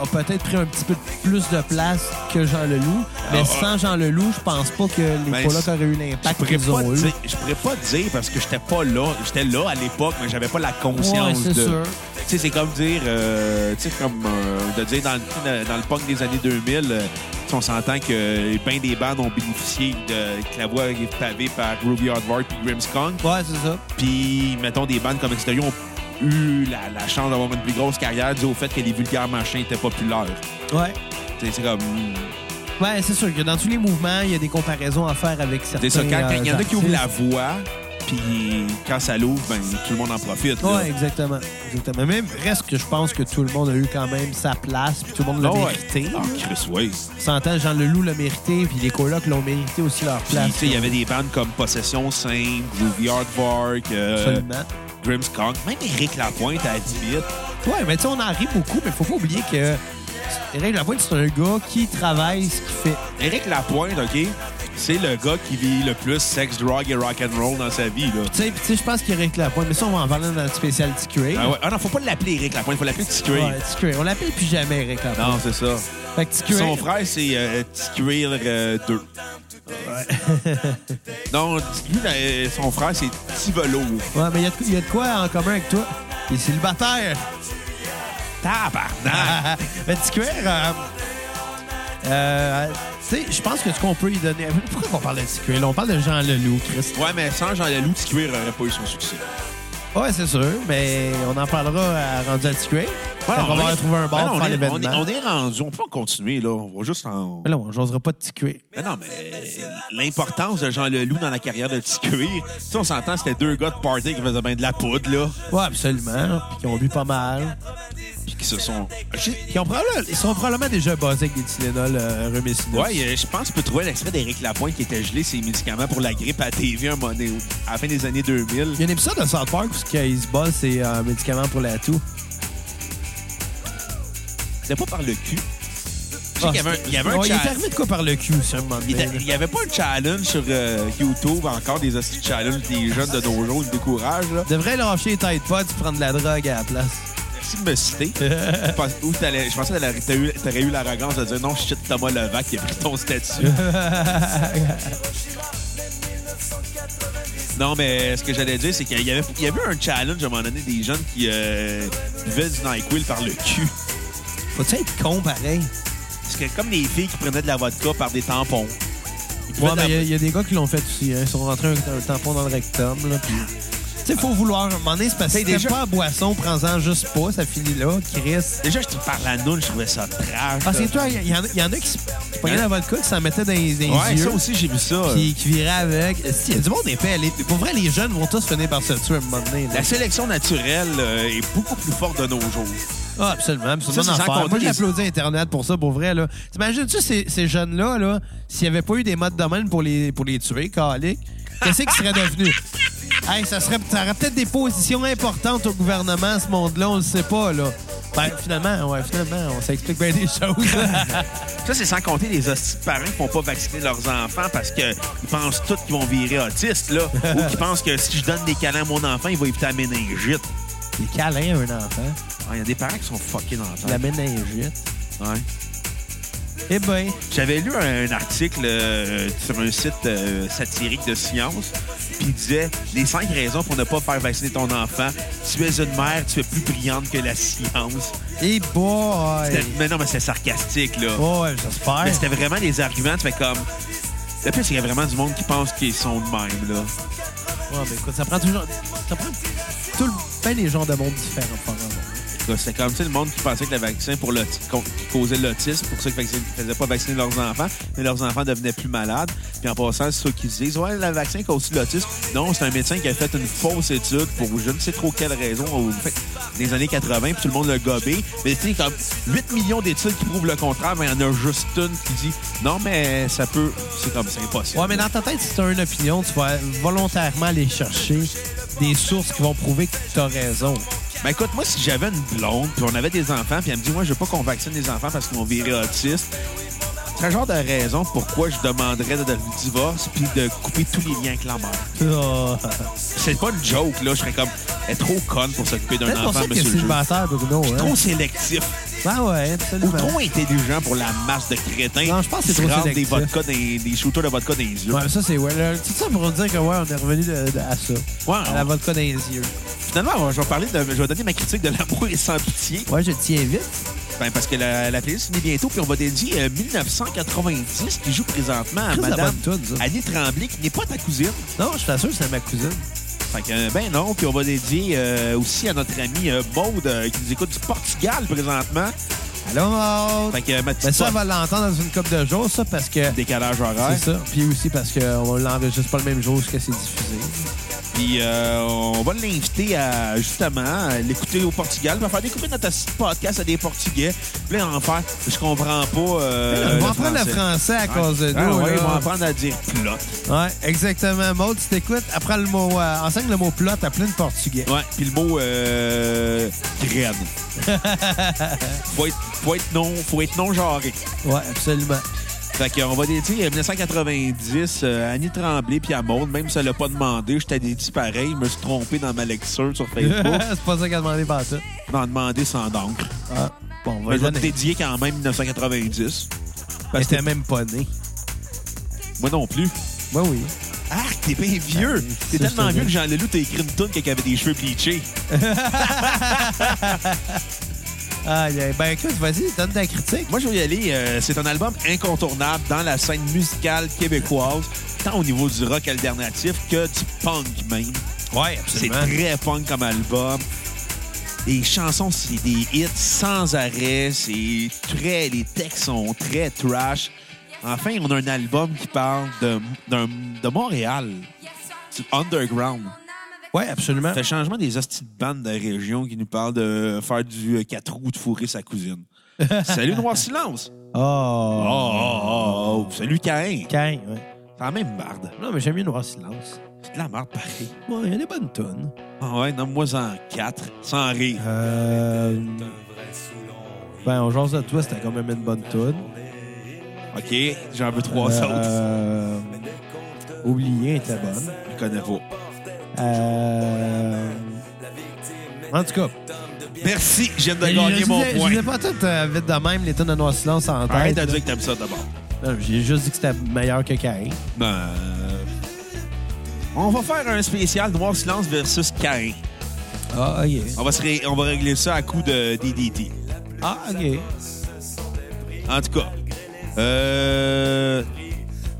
[SPEAKER 2] ont peut-être pris un petit peu plus de place que Jean Leloup. Mais
[SPEAKER 1] Ah,
[SPEAKER 2] sans Jean Leloup, je pense pas que les
[SPEAKER 1] Ben,
[SPEAKER 2] colocs
[SPEAKER 1] c'est-
[SPEAKER 2] auraient eu
[SPEAKER 1] Je
[SPEAKER 2] l'impact
[SPEAKER 1] pourrais,
[SPEAKER 2] qu'ils
[SPEAKER 1] pas
[SPEAKER 2] ont eu.
[SPEAKER 1] dire, je pourrais pas dire parce que j'étais pas là. J'étais là à l'époque, mais j'avais pas la conscience
[SPEAKER 2] Ouais, c'est
[SPEAKER 1] de.
[SPEAKER 2] sûr.
[SPEAKER 1] Tu sais, c'est comme dire, euh, tu sais, comme euh, de dire dans le, dans le punk des années 2000, euh, tu sais, on s'entend que bien des bandes ont bénéficié de que la voix est pavée par Ruby Hardware puis Grimmskong.
[SPEAKER 2] Ouais, c'est ça.
[SPEAKER 1] Puis, mettons, des bandes comme Exterior ont eu la, la chance d'avoir une plus grosse carrière due au fait que les vulgaires machins étaient populaires.
[SPEAKER 2] Ouais.
[SPEAKER 1] Tu sais, c'est comme.
[SPEAKER 2] Ouais, c'est sûr que dans tous les mouvements, il y a des comparaisons à faire avec certains.
[SPEAKER 1] C'est ça, quand
[SPEAKER 2] euh,
[SPEAKER 1] il y en a qui ouvrent la
[SPEAKER 2] artistes.
[SPEAKER 1] voie, puis quand ça l'ouvre, ben, tout le monde en profite. là.
[SPEAKER 2] Ouais, exactement. exactement. Mais reste que je pense que tout le monde a eu quand même sa place, puis tout le monde l'a
[SPEAKER 1] Ah ouais.
[SPEAKER 2] mérité.
[SPEAKER 1] Ah, Chris, oui.
[SPEAKER 2] On s'entend, Jean Leloup l'a mérité, puis les colocs l'ont mérité aussi leur
[SPEAKER 1] Puis, euh,
[SPEAKER 2] place.
[SPEAKER 1] tu sais, il y avait des bandes comme Possession Saint, Groovy Aardvark, euh,
[SPEAKER 2] Absolument.
[SPEAKER 1] Grimmskong, même Eric Lapointe à 10 minutes.
[SPEAKER 2] Ouais, mais tu sais, on en rit beaucoup, mais faut pas oublier que Eric Lapointe, c'est un gars qui travaille ce qu'il fait.
[SPEAKER 1] Eric Lapointe, OK, c'est le gars qui vit le plus sex, drug et rock and roll dans sa vie, là.
[SPEAKER 2] Tu sais, puis tu sais, je pense qu'Éric Lapointe, mais ça, on va en parler dans notre spécial TQA.
[SPEAKER 1] Ah, ouais. ah non, faut pas l'appeler Eric Lapointe, faut l'appeler Ticué.
[SPEAKER 2] Ouais, TQA. On l'appelle plus jamais Eric Lapointe.
[SPEAKER 1] Non, c'est ça.
[SPEAKER 2] Fait que TQA.
[SPEAKER 1] Son frère, c'est euh, Ticué 2. non, lui, euh, son frère, c'est Tivolo.
[SPEAKER 2] Ouais, mais il y a de- il y, a de quoi en commun avec toi? Il est célibataire.
[SPEAKER 1] Tabarnak!
[SPEAKER 2] mais TQA, euh, euh, tu sais, je pense que ce qu'on peut lui donner. Pourquoi on parle de TQA? Là, on parle de Jean Leloup, Chris.
[SPEAKER 1] Ouais, mais sans Jean Leloup, Ticué aurait pas eu son succès.
[SPEAKER 2] Ouais, c'est sûr, mais on en parlera à rendu à TQA.
[SPEAKER 1] Ouais,
[SPEAKER 2] on va
[SPEAKER 1] est-
[SPEAKER 2] trouver un
[SPEAKER 1] Ouais,
[SPEAKER 2] bar pour
[SPEAKER 1] on
[SPEAKER 2] faire
[SPEAKER 1] est-
[SPEAKER 2] l'événement.
[SPEAKER 1] on est- On est rendu, on peut en continuer, là. On va juste en.
[SPEAKER 2] Mais là, on n'osera pas de TQA.
[SPEAKER 1] Mais non, mais l'importance de Jean Leloup dans la carrière de Ticué, si on s'entend, c'était deux gars de party qui faisaient bien de la poudre, là.
[SPEAKER 2] Ouais, absolument. Puis qui ont bu pas mal.
[SPEAKER 1] Puis qui se sont. Je-
[SPEAKER 2] Ils, ont probablement- ils sont probablement déjà basés avec des Tylenol euh, Remesina.
[SPEAKER 1] Ouais, euh, je pense que tu peux trouver l'extrait d'Éric Lapointe qui était gelé ses médicaments pour la grippe à TV un moment donné, à la fin des années 2000.
[SPEAKER 2] Il y a un épisode de South Park où ils se basent c'est un médicament pour la toux.
[SPEAKER 1] C'était pas par le cul. Je sais
[SPEAKER 2] Ah,
[SPEAKER 1] qu'il y avait un, il y avait un
[SPEAKER 2] ouais, il est
[SPEAKER 1] challenge.
[SPEAKER 2] arrivé de quoi par le cul, sur un moment
[SPEAKER 1] Il
[SPEAKER 2] donné.
[SPEAKER 1] était- il y avait pas un challenge sur euh, YouTube, encore des hosties de challenge des jeunes de nos jours, ils me découragent. Là.
[SPEAKER 2] Il devrait lâcher les Tide Pods et prendre de la drogue à la place.
[SPEAKER 1] Merci de me citer. je pense- ou t'allais- je pensais que t'aurais eu- t'aurais eu l'arrogance de dire non, shit, Thomas Levac, il a pris ton statut. non, mais euh, ce que j'allais dire, c'est qu'il y avait, il y avait eu un challenge à un moment donné des jeunes qui euh, buvaient du NyQuil par le cul.
[SPEAKER 2] Faut-tu être con pareil?
[SPEAKER 1] Parce que comme les filles qui prenaient de la vodka par des tampons. Ils buvaient
[SPEAKER 2] Ouais,
[SPEAKER 1] de
[SPEAKER 2] mais
[SPEAKER 1] la-
[SPEAKER 2] il y a- il y, a des gars qui l'ont fait aussi. hein. Ils sont rentrés avec un tampon dans le rectum. Là, puis... Tu sais, faut vouloir. À un moment donné, c'est parce que
[SPEAKER 1] Hey,
[SPEAKER 2] si t'aimes
[SPEAKER 1] déjà-
[SPEAKER 2] pas à boisson, prends-en juste pas. Ça finit là. Chris.
[SPEAKER 1] Déjà, je te parle à nous, je trouvais ça trash.
[SPEAKER 2] Ah,
[SPEAKER 1] ça.
[SPEAKER 2] c'est toi, il y, en a- il y en a qui se qui pognaient la vodka, qui s'en mettaient dans les, dans les
[SPEAKER 1] Ouais,
[SPEAKER 2] yeux,
[SPEAKER 1] ça aussi, j'ai vu ça.
[SPEAKER 2] qui, qui viraient avec. Si, Il y a du monde épais. les- pour vrai, les jeunes vont tous finir par se tuer à un moment donné. là.
[SPEAKER 1] La sélection naturelle euh, est beaucoup plus forte de nos jours.
[SPEAKER 2] Ah, absolument,
[SPEAKER 1] Ça,
[SPEAKER 2] absolument.
[SPEAKER 1] c'est
[SPEAKER 2] en
[SPEAKER 1] sans
[SPEAKER 2] faire.
[SPEAKER 1] compter
[SPEAKER 2] Moi,
[SPEAKER 1] les-
[SPEAKER 2] j'applaudis Internet pour ça, pour vrai. là. T'imagines-tu ces, ces jeunes-là, là, s'il n'y avait pas eu des modes de domaine pour les, pour les tuer, calique, qu'est-ce qu'ils seraient devenus? Hey, ça, serait, ça aurait peut-être des positions importantes au gouvernement, ce monde-là, on le sait pas, là. Ben, finalement, ouais, finalement, on s'explique bien des choses.
[SPEAKER 1] Ça, c'est sans compter les hosties de parents qui font pas vacciner leurs enfants parce qu'ils pensent tous qu'ils vont virer autistes, là. ou qui pensent que si je donne des câlins à mon enfant, il va éviter la méningite.
[SPEAKER 2] Des câlins à un enfant,
[SPEAKER 1] Ah, Il y a des parents qui sont fuckés dans la
[SPEAKER 2] la
[SPEAKER 1] tête.
[SPEAKER 2] méningite.
[SPEAKER 1] Ouais.
[SPEAKER 2] Eh ben,
[SPEAKER 1] J'avais lu un, un article euh, sur un site euh, satirique de science, puis il disait les cinq raisons pour ne pas faire vacciner ton enfant. Tu es une mère, tu es plus brillante que la science.
[SPEAKER 2] eh boy!
[SPEAKER 1] C'était- Mais non, mais c'est sarcastique, là.
[SPEAKER 2] Ouais, j'espère.
[SPEAKER 1] Mais c'était vraiment des arguments, tu fais comme. Le plus, c'est qu'il y a vraiment du monde qui pense qu'ils sont de même, là.
[SPEAKER 2] Ouais, mais écoute, ça prend toujours. Ça prend tout le ben des gens de monde différents pour faire un monde.
[SPEAKER 1] Là, C'était comme, tu sais, le monde qui pensait que le vaccin pour l'auti- qu'on- qui causait l'autisme, pour ceux qui ne faisaient pas vacciner leurs enfants, mais leurs enfants devenaient plus malades. Puis en passant, ceux qui disent, ouais, le vaccin cause l'autisme. Non, c'est un médecin qui a fait une fausse étude pour je ne sais trop quelle raison, au fait, des années 80, puis tout le monde l'a gobé. Mais tu sais, comme 8 millions d'études qui prouvent le contraire, mais il y en a juste une qui dit, non, mais ça peut, c'est comme, c'est impossible.
[SPEAKER 2] Ouais, mais dans ta tête, si t'as une opinion, tu vas volontairement aller chercher des sources qui vont prouver que t'as raison.
[SPEAKER 1] Ben écoute, moi, si j'avais une blonde, puis on avait des enfants, puis elle me dit, moi, je veux pas qu'on vaccine les enfants parce qu'ils vont virer autistes. quel genre de raison pourquoi je demanderais de, de le divorce puis de couper tous les liens avec la mère?
[SPEAKER 2] Ah.
[SPEAKER 1] C'est pas une joke, là. Je serais comme, elle est trop conne pour s'occuper d'un
[SPEAKER 2] Peut-être
[SPEAKER 1] enfant,
[SPEAKER 2] pour ça que
[SPEAKER 1] monsieur le juge.
[SPEAKER 2] célibataire, Bruno. Hein?
[SPEAKER 1] Trop sélectif
[SPEAKER 2] Ah ouais,
[SPEAKER 1] ou
[SPEAKER 2] absolument.
[SPEAKER 1] trop intelligent pour la masse de crétins
[SPEAKER 2] Non, je pense que c'est
[SPEAKER 1] qui se
[SPEAKER 2] trop
[SPEAKER 1] rendent des,
[SPEAKER 2] sélectif.
[SPEAKER 1] vodka dans les- des shooters de vodka dans les yeux.
[SPEAKER 2] Ouais, mais ça, c'est ouais, là, tout ça pour dire que, ouais, on est revenu de- de- à ça.
[SPEAKER 1] Ah Ouais,
[SPEAKER 2] À la vodka dans les yeux.
[SPEAKER 1] Finalement, je vais, parler de- je vais donner ma critique de l'amour et sans pitié.
[SPEAKER 2] Ouais, je tiens vite.
[SPEAKER 1] Ben, parce que la, la playlist finit bientôt, puis on va dédier euh, 1990 qui joue présentement à
[SPEAKER 2] Très la
[SPEAKER 1] Madame
[SPEAKER 2] bonne toune, ça.
[SPEAKER 1] Annie Tremblay, qui n'est pas ta cousine.
[SPEAKER 2] Non, je t'assure, c'est ma cousine.
[SPEAKER 1] Fait que, euh, ben non, puis on va dédier euh, aussi à notre amie euh, Maude, euh, qui nous écoute du Portugal présentement.
[SPEAKER 2] Allô, Maud?
[SPEAKER 1] Fait que, euh, ma petite
[SPEAKER 2] Mais Ben, ça, on
[SPEAKER 1] pote,
[SPEAKER 2] va l'entendre dans une couple de jours, ça, parce que...
[SPEAKER 1] décalage horaire.
[SPEAKER 2] C'est ça. Puis aussi parce qu'on l'enregistre pas le même jour que c'est diffusé.
[SPEAKER 1] Puis euh, on va l'inviter à justement à l'écouter au Portugal. On va faire découvrir notre podcast à des Portugais. Puis là, en faire, je comprends pas. euh,
[SPEAKER 2] Ben, on va
[SPEAKER 1] le
[SPEAKER 2] en prendre le français à
[SPEAKER 1] Ouais.
[SPEAKER 2] cause de
[SPEAKER 1] Ah
[SPEAKER 2] nous.
[SPEAKER 1] ouais,
[SPEAKER 2] là.
[SPEAKER 1] ils vont apprendre à dire plot.
[SPEAKER 2] Ouais, exactement. Maud, tu t'écoutes, apprends le mot, euh, enseigne le mot plot à plein de portugais.
[SPEAKER 1] Ouais, puis le mot euh, graine. faut, être, faut être non, faut être non genré.
[SPEAKER 2] Ouais, absolument.
[SPEAKER 1] Fait qu'on va dédier euh, 1990 euh, à Annie Tremblay puis à Maud, même si elle l'a pas demandé, je t'ai dit pareil, je me suis trompé dans ma lecture sur Facebook.
[SPEAKER 2] c'est pas ça qu'elle a demandé par ça.
[SPEAKER 1] M'en demander sans d'encre.
[SPEAKER 2] Ah, bon, on
[SPEAKER 1] Ben,
[SPEAKER 2] va le
[SPEAKER 1] je vais te
[SPEAKER 2] donner.
[SPEAKER 1] dédier quand même 1990.
[SPEAKER 2] Elle
[SPEAKER 1] Parce que
[SPEAKER 2] était même pas née.
[SPEAKER 1] moi non plus.
[SPEAKER 2] Ouais, Ben oui.
[SPEAKER 1] Arc, t'es bien vieux.
[SPEAKER 2] Ben,
[SPEAKER 1] t'es
[SPEAKER 2] ça,
[SPEAKER 1] tellement
[SPEAKER 2] je te
[SPEAKER 1] vieux
[SPEAKER 2] dis.
[SPEAKER 1] que Jean Leloup t'a écrit une toune qui avait des cheveux bleachés.
[SPEAKER 2] Aïe, aïe. Ben écoute, vas-y, donne ta critique.
[SPEAKER 1] Moi, je vais y aller. euh, c'est un album incontournable dans la scène musicale québécoise, tant au niveau du rock alternatif que du punk même.
[SPEAKER 2] Ouais,
[SPEAKER 1] C'est très punk comme album. Les chansons, c'est des hits sans arrêt. C'est très, les textes sont très trash. Enfin, on a un album qui parle de, d'un- de Montréal, du underground.
[SPEAKER 2] Ouais, absolument.
[SPEAKER 1] C'est le changement des hosties de bandes de la région qui nous parlent de faire du 4 roues, de fourrer sa cousine. Salut Noir Silence! Oh,
[SPEAKER 2] Oh.
[SPEAKER 1] oh, oh, oh. Salut Caïn!
[SPEAKER 2] Cain, ouais.
[SPEAKER 1] C'est la même marde.
[SPEAKER 2] Non, mais j'aime mieux Noir Silence.
[SPEAKER 1] C'est de la marde pareil.
[SPEAKER 2] Ouais, il y a des bonnes tonnes.
[SPEAKER 1] Ah ouais, nomme-moi en 4, sans rire.
[SPEAKER 2] Euh. Ben, on jase de toi, c'était quand même une bonne toune.
[SPEAKER 1] OK, j'en veux trois autres.
[SPEAKER 2] Euh, Oublier était bonne.
[SPEAKER 1] Je connais pas.
[SPEAKER 2] Euh, En tout cas,
[SPEAKER 1] Merci, je viens de
[SPEAKER 2] je
[SPEAKER 1] gagner
[SPEAKER 2] je
[SPEAKER 1] mon
[SPEAKER 2] disais- je
[SPEAKER 1] point.
[SPEAKER 2] disais pas tout euh, vite de même les tonnes de Noir Silence en
[SPEAKER 1] Arrête
[SPEAKER 2] tête.
[SPEAKER 1] de dire que t'aimes ça d'abord.
[SPEAKER 2] Non, J'ai juste dit que c'était meilleur que Cain.
[SPEAKER 1] Ben... euh, On va faire un spécial Noir Silence versus Caïn.
[SPEAKER 2] Ah, ok.
[SPEAKER 1] On va, se ré- on va régler ça à coup de DDT.
[SPEAKER 2] Ah, ok.
[SPEAKER 1] En tout cas, euh,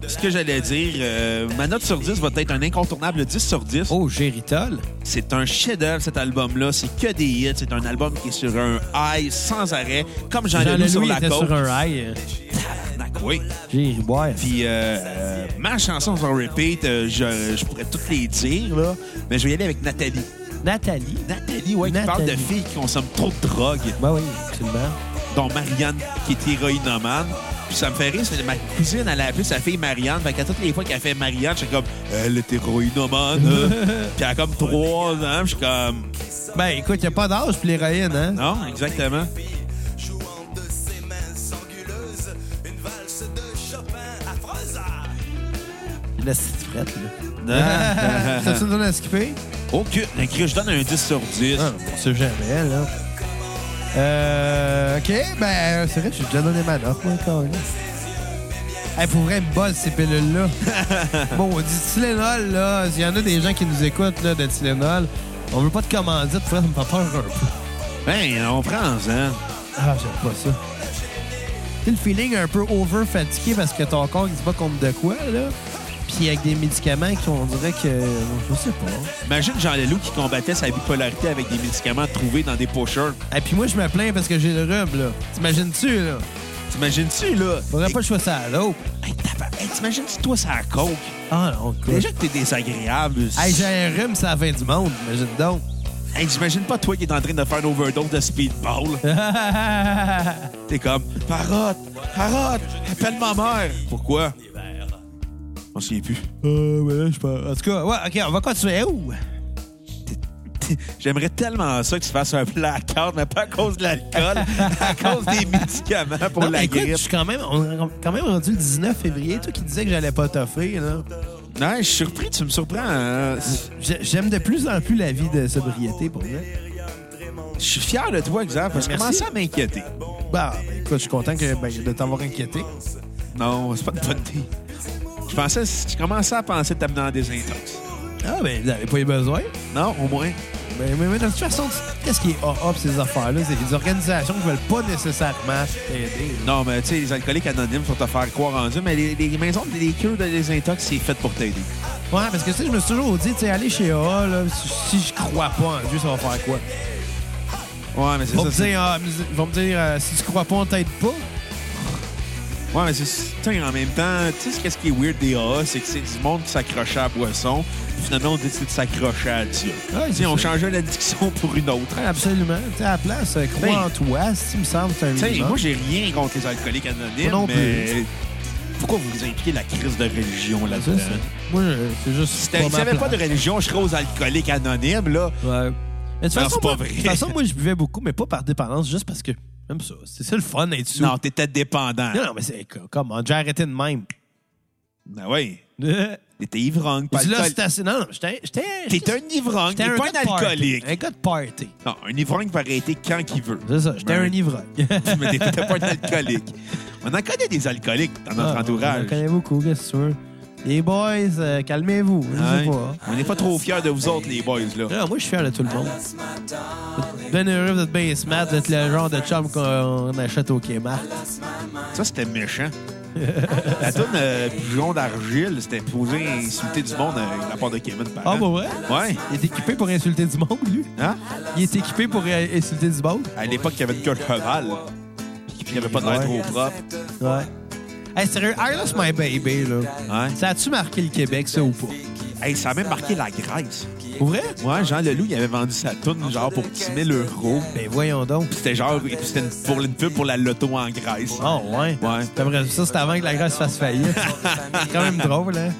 [SPEAKER 1] ce que j'allais dire, euh, ma note sur 10 va être un incontournable 10 sur 10.
[SPEAKER 2] Oh, Géritol.
[SPEAKER 1] C'est un chef-d'œuvre, cet album-là. C'est que des hits. C'est un album qui est sur un high sans arrêt, comme jean
[SPEAKER 2] Jean
[SPEAKER 1] Leloup sur
[SPEAKER 2] Lelouis
[SPEAKER 1] la
[SPEAKER 2] était
[SPEAKER 1] côte.
[SPEAKER 2] sur un rail.
[SPEAKER 1] Tabarnak, oui.
[SPEAKER 2] J'ai ri boire.
[SPEAKER 1] Puis euh, euh, ma chanson sur repeat, euh, je, je pourrais toutes les dire, là, mais je vais y aller avec Nathalie.
[SPEAKER 2] Nathalie.
[SPEAKER 1] Nathalie, ouais, qui parle de
[SPEAKER 2] Nathalie.
[SPEAKER 1] filles qui consomment trop de drogue.
[SPEAKER 2] Ben oui, absolument.
[SPEAKER 1] dont Marianne, qui est héroïnomane. Puis ça me fait rire, c'est ma cousine, elle a appelé sa fille Marianne. Fait qu'à toutes les fois qu'elle fait Marianne, je suis comme, elle est héroïnomane. hein. puis elle a comme trois ans, je suis comme,
[SPEAKER 2] Ben écoute, y a pas d'âge pour l'héroïne, hein?
[SPEAKER 1] non, exactement.
[SPEAKER 3] jouant de ses mains anguleuses une valse de Chopin affreuse.
[SPEAKER 2] La petite frette, là.
[SPEAKER 1] Ah.
[SPEAKER 2] T'as-tu une tonne à skipper?
[SPEAKER 1] Ok, donc, je donne un 10 sur 10.
[SPEAKER 2] Ah, on sait jamais, là. Euh, OK, ben, c'est vrai, j'ai déjà donné ma note, moi, encore, là. Hey, pour vrai, me bosse, ces pilules-là. bon, on dit Tylenol, là. Il y en a des gens qui nous écoutent, là, de Tylenol. On veut pas de commandite, pour vrai, ça me fait peur un peu.
[SPEAKER 1] Ben, on prend hein.
[SPEAKER 2] Ah, j'aime pas ça. Tu sais, le feeling un peu over-fatigué parce que ton corps, il se bat contre de quoi, là? Puis avec des médicaments qui, on dirait que... Je sais pas.
[SPEAKER 1] Imagine Jean Leloup qui combattait sa bipolarité avec des médicaments trouvés dans des pochers.
[SPEAKER 2] Et puis moi, je me plains parce que j'ai le rub, là. T'imagines-tu, là?
[SPEAKER 1] T'imagines-tu, là?
[SPEAKER 2] Faudrait pas que je sois ça Oh. à l'autre.
[SPEAKER 1] Hey, tabar- hey, T'imagines-tu, toi, ça coke?
[SPEAKER 2] Ah non, cool.
[SPEAKER 1] Déjà que t'es désagréable.
[SPEAKER 2] Hey, j'ai un rhume, c'est la fin du monde, imagine donc.
[SPEAKER 1] Hey, j'imagine pas toi qui est en train de faire une overdose de speedball. T'es comme, Parotte, Parotte, appelle ma mère. Pourquoi? On s'y est plus.
[SPEAKER 2] Oh! euh, ouais, je sais pas. En tout cas, ouais, ok, on va continuer. Ouh!
[SPEAKER 1] t- j'aimerais tellement ça que tu fasses un blackout, mais pas à cause de l'alcool, à cause des médicaments pour
[SPEAKER 2] Non,
[SPEAKER 1] la
[SPEAKER 2] mais écoute,
[SPEAKER 1] grippe.
[SPEAKER 2] je suis quand même, on est quand même rendu le 19 février. Toi qui disais que j'allais pas toffer, là.
[SPEAKER 1] Non, je suis surpris, tu me surprends. hein.
[SPEAKER 2] J'ai- J'aime de plus en plus la vie de sobriété, pour vrai.
[SPEAKER 1] Je suis fier de toi, Xav, parce que je
[SPEAKER 2] Merci.
[SPEAKER 1] commençais à m'inquiéter.
[SPEAKER 2] Bah, ben, écoute, je suis content que, ben, de t'avoir inquiété.
[SPEAKER 1] Non, c'est pas de bonne idée. Je pensais, je commençais à penser de t'amener en désintox.
[SPEAKER 2] Ah, ben, vous n'avez pas eu besoin.
[SPEAKER 1] Non, au moins.
[SPEAKER 2] Ben, mais, mais de toute façon, tu- qu'est-ce qui est AA pis ces affaires-là? C'est des organisations qui veulent pas nécessairement t'aider.
[SPEAKER 1] Non, mais tu sais, les alcooliques anonymes font te faire croire en Dieu, mais les, les maisons des cures de désintox, c'est fait pour t'aider.
[SPEAKER 2] Ouais, parce que tu sais, je me suis toujours dit, tu sais, aller chez AA, là, si- si je crois pas en Dieu, ça va faire quoi?
[SPEAKER 1] Ouais, mais c'est
[SPEAKER 2] Ils vont
[SPEAKER 1] ça.
[SPEAKER 2] me
[SPEAKER 1] c'est-
[SPEAKER 2] dire, ah, mus- ils vont me dire euh, si tu crois pas, on t'aide pas.
[SPEAKER 1] Ouais, mais c'est. Putain, en même temps, tu sais, qu'est-ce qui est weird des AA, c'est que c'est du monde qui s'accrochait à la boisson, puis finalement, on décide de s'accrocher à Dieu.
[SPEAKER 2] Ouais,
[SPEAKER 1] Tu
[SPEAKER 2] c'est
[SPEAKER 1] sais, on
[SPEAKER 2] ça.
[SPEAKER 1] changeait l'addiction pour une autre.
[SPEAKER 2] Ouais, Absolument. Tu sais, à la place, euh, crois
[SPEAKER 1] Ben,
[SPEAKER 2] en toi, si tu me semble, c'est un
[SPEAKER 1] Tu sais,
[SPEAKER 2] minimum.
[SPEAKER 1] moi, j'ai rien contre les alcooliques anonymes,
[SPEAKER 2] Moi non
[SPEAKER 1] mais.
[SPEAKER 2] plus.
[SPEAKER 1] Pourquoi vous vous impliquez la crise de religion
[SPEAKER 2] C'est ça,
[SPEAKER 1] là-dedans?
[SPEAKER 2] c'est- Moi, je- c'est juste.
[SPEAKER 1] Si t'avais
[SPEAKER 2] ma
[SPEAKER 1] si t'avais pas de
[SPEAKER 2] place.
[SPEAKER 1] religion, je serais aux alcooliques anonymes, là.
[SPEAKER 2] Ouais. Mais de toute
[SPEAKER 1] Non,
[SPEAKER 2] façon,
[SPEAKER 1] c'est pas
[SPEAKER 2] moi-
[SPEAKER 1] vrai.
[SPEAKER 2] De toute façon, moi, je buvais beaucoup, mais pas par dépendance, juste parce que même ça. C'est ça le fun d'être sous.
[SPEAKER 1] Non, t'étais dépendant.
[SPEAKER 2] non, non, mais c'est. Comment? J'ai arrêté de même.
[SPEAKER 1] Ah oui.
[SPEAKER 2] Et
[SPEAKER 1] T'étais ivrogne, pas
[SPEAKER 2] puis là,
[SPEAKER 1] alcool-
[SPEAKER 2] c'était assez. Non, non, j'étais. j'étais-
[SPEAKER 1] T'es un ivrogne,
[SPEAKER 2] J'étais
[SPEAKER 1] t'es
[SPEAKER 2] un
[SPEAKER 1] pas
[SPEAKER 2] gars
[SPEAKER 1] un
[SPEAKER 2] de party.
[SPEAKER 1] alcoolique.
[SPEAKER 2] Un gars de party.
[SPEAKER 1] Non, un ivrogne va arrêter quand qu'il veut.
[SPEAKER 2] C'est ça, j'étais
[SPEAKER 1] Ben,
[SPEAKER 2] un ivrogne.
[SPEAKER 1] Mais t'étais pas un alcoolique. On en connaît des alcooliques dans notre
[SPEAKER 2] Ah, On en
[SPEAKER 1] entourage.
[SPEAKER 2] connaît beaucoup, qu'est-ce que tu veux? Les boys, euh, calmez-vous. Je sais
[SPEAKER 1] Hein?
[SPEAKER 2] pas.
[SPEAKER 1] On n'est pas trop fiers de vous autres, les boys, là.
[SPEAKER 2] Ah, moi, je suis fier de tout le monde. Vous êtes Bien heureux, vous êtes bien smart, vous êtes le genre de chum qu'on achète au Kmart.
[SPEAKER 1] Ça, c'était méchant. La toune euh, Pigeon d'argile, c'était posé insulter du monde euh, de la part de Kevin Parent.
[SPEAKER 2] Ah, bah ouais?
[SPEAKER 1] Ouais.
[SPEAKER 2] Il est équipé pour insulter du monde, lui.
[SPEAKER 1] Hein?
[SPEAKER 2] Il est équipé pour euh, insulter du monde.
[SPEAKER 1] À l'époque, il y avait Kurt Heval. Puis il n'y avait pas de l'air
[SPEAKER 2] Ouais.
[SPEAKER 1] trop propre.
[SPEAKER 2] Ouais. Hey, sérieux, I lost my baby, là.
[SPEAKER 1] Ouais.
[SPEAKER 2] Ça a-tu marqué le Québec, ça, ou pas?
[SPEAKER 1] Hey, ça a même marqué la Grèce.
[SPEAKER 2] Pour vrai?
[SPEAKER 1] Ouais, Jean Leloup, il avait vendu sa toune genre pour 10 000 euros.
[SPEAKER 2] Ben voyons donc.
[SPEAKER 1] Puis c'était genre, et puis c'était une- pour une pub pour la loto en Grèce.
[SPEAKER 2] Oh, ouais.
[SPEAKER 1] Ouais.
[SPEAKER 2] T'aimerais ça, c'est avant que la Grèce fasse faillite. c'est quand même drôle, hein?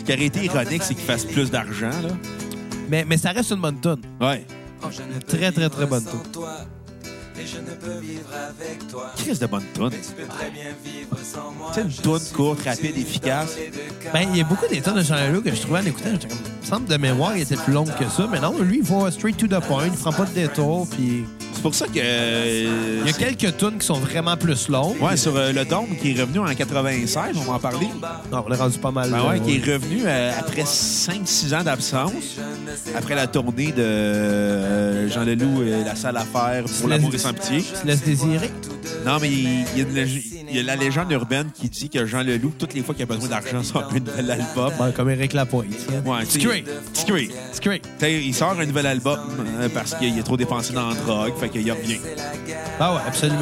[SPEAKER 1] Ce qui aurait été ironique, c'est qu'il fasse plus d'argent, là.
[SPEAKER 2] Mais, mais ça reste une bonne tonne.
[SPEAKER 1] Ouais.
[SPEAKER 2] Très, très, très bonne tonne.
[SPEAKER 1] Crise de bonne toune. Tu sais, une toune courte, rapide, efficace.
[SPEAKER 2] Ben, il y a beaucoup des tonnes de Jean Leloup que je trouvais en écoutant. J'étais comme, il me semble de mémoire, il était plus long que ça. Mais non, lui, il va straight to the point, il prend pas de détour. Puis
[SPEAKER 1] C'est pour ça que... euh,
[SPEAKER 2] il y a quelques tunes qui sont vraiment plus longues.
[SPEAKER 1] Ouais, sur euh, le Dôme, qui est revenu en 96, on va en parler.
[SPEAKER 2] Non, on est rendu pas mal.
[SPEAKER 1] Ben
[SPEAKER 2] là,
[SPEAKER 1] ouais, qui est revenu euh, après 5-6 ans d'absence, après la tournée de euh, Jean Leloup, euh, La Salle à faire pour l'amour et sans pitié.
[SPEAKER 2] Tu laisses désirer.
[SPEAKER 1] Non, mais il il y, a une lég- il y a la légende urbaine qui dit que Jean Leloup, toutes les fois qu'il a besoin d'argent, sort un nouvel album.
[SPEAKER 2] Ben, comme Eric Lapointe. hein.
[SPEAKER 1] Ouais, tu sais,
[SPEAKER 2] Screw.
[SPEAKER 1] Screw.
[SPEAKER 2] Screw.
[SPEAKER 1] T'sais, Il sort un nouvel album euh, parce qu'il est trop dépensé dans la drogue, fait qu'il y revient.
[SPEAKER 2] Ah ouais, absolument.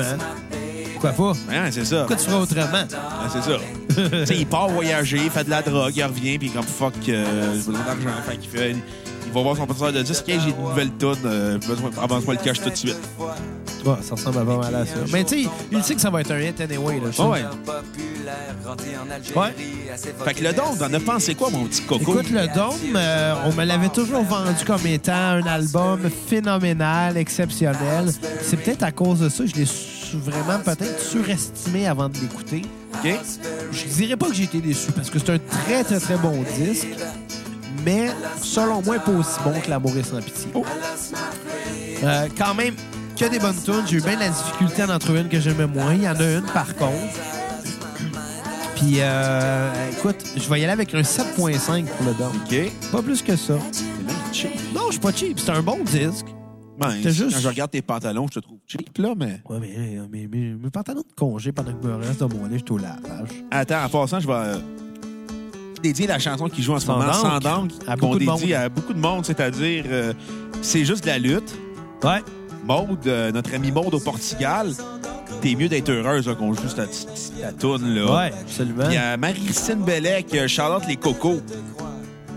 [SPEAKER 2] Pourquoi pas?
[SPEAKER 1] Ben Ouais, c'est ça.
[SPEAKER 2] Pourquoi tu feras autrement?
[SPEAKER 1] Ouais, c'est ça. T'sais, il part voyager, il fait de la drogue, il revient, puis comme fuck, euh, j'ai besoin d'argent. Fait qu'il fait. Il va voir son professeur de disque, Hey, j'ai une nouvelle tonne, besoin avance-moi le cash tout de suite.
[SPEAKER 2] Ouais, ça ressemble à pas mal à ça. Mais tu sais, il sait que ça va être un hit anyway. Là, je
[SPEAKER 1] Ah Ouais, ouais.
[SPEAKER 4] populaire, grandi en Algérie.
[SPEAKER 2] Ouais.
[SPEAKER 1] Fait que le don, t'en as pensé quoi, mon petit coco?
[SPEAKER 2] Écoute, le Dôme, euh, on me l'avait toujours vendu comme étant un album phénoménal, exceptionnel. C'est peut-être à cause de ça, je l'ai su- vraiment peut-être surestimé avant de l'écouter.
[SPEAKER 1] OK?
[SPEAKER 2] Je dirais pas que j'ai été déçu parce que c'est un très, très, très bon disque, mais selon moi, pas aussi bon que L'amour est sans pitié. Euh, quand même, que des bonnes tunes. J'ai eu bien de la difficulté à en trouver une que j'aimais moins. Il y en a une, par contre. Puis, euh, écoute, je vais y aller avec un 7.5 pour le Dôme.
[SPEAKER 1] OK?
[SPEAKER 2] Pas plus que ça. Non, je suis pas cheap. C'est un bon disque.
[SPEAKER 1] Ben,
[SPEAKER 2] T'as juste-
[SPEAKER 1] Quand je regarde tes pantalons, je te trouve cheap, là, mais.
[SPEAKER 2] Ouais, mais, euh, mais, mais, mes pantalons de congé pendant que le reste de mon lit, j'étais au lavage.
[SPEAKER 1] Attends, en passant, je vais euh, dédier la chanson qui joue en ce
[SPEAKER 2] Sans
[SPEAKER 1] moment,
[SPEAKER 2] langue.
[SPEAKER 1] Sans langue,
[SPEAKER 2] À
[SPEAKER 1] qu'on
[SPEAKER 2] beaucoup de
[SPEAKER 1] dédie
[SPEAKER 2] monde.
[SPEAKER 1] à beaucoup de monde, c'est-à-dire, euh, c'est juste de la lutte.
[SPEAKER 2] Ouais.
[SPEAKER 1] Maude, euh, notre ami Maude au Portugal, t'es mieux d'être heureuse là, qu'on joue cette petite- ta toune, là.
[SPEAKER 2] Ouais, hein. absolument.
[SPEAKER 1] Il y a Marie-Christine Bellec, euh, Charlotte Les Cocos.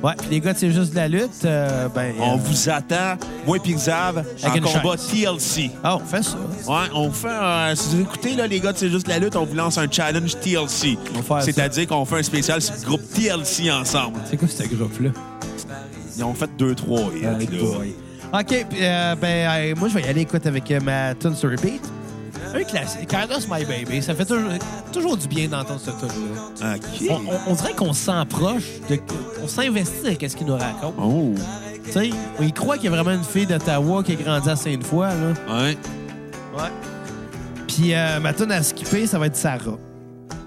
[SPEAKER 2] Ouais, puis les gars, c'est juste de la lutte. euh, ben,
[SPEAKER 1] On
[SPEAKER 2] euh,
[SPEAKER 1] vous attend, moi et Xav, en
[SPEAKER 2] Avec une
[SPEAKER 1] combat TLC.
[SPEAKER 2] Ah, on fait ça.
[SPEAKER 1] Ouais, on fait un... euh, Si vous écoutez, là, les gars, de c'est juste la lutte, on vous lance un challenge TLC.
[SPEAKER 2] On va faire
[SPEAKER 1] C'est-à-dire qu'on fait un spécial sur le groupe TLC ensemble.
[SPEAKER 2] C'est quoi ce groupe-là?
[SPEAKER 1] Ils ont fait deux, trois hits, là.
[SPEAKER 2] Hey boy. OK, puis, euh, ben, euh, moi, je vais y aller, écoute, avec euh, ma tune sur repeat. Un classique, Carlos My Baby. Ça fait toujours, toujours du bien d'entendre ce tune-là.
[SPEAKER 1] OK.
[SPEAKER 2] On, on- on dirait qu'on s'en proche, de, on s'investit avec ce qu'il nous raconte.
[SPEAKER 1] Oh.
[SPEAKER 2] Tu sais, il croit qu'il y a vraiment une fille d'Ottawa qui a grandi à Sainte-Foy, là.
[SPEAKER 1] Oh, Ouais.
[SPEAKER 2] Ouais. Puis euh, ma tune à skipper, ça va être Sarah.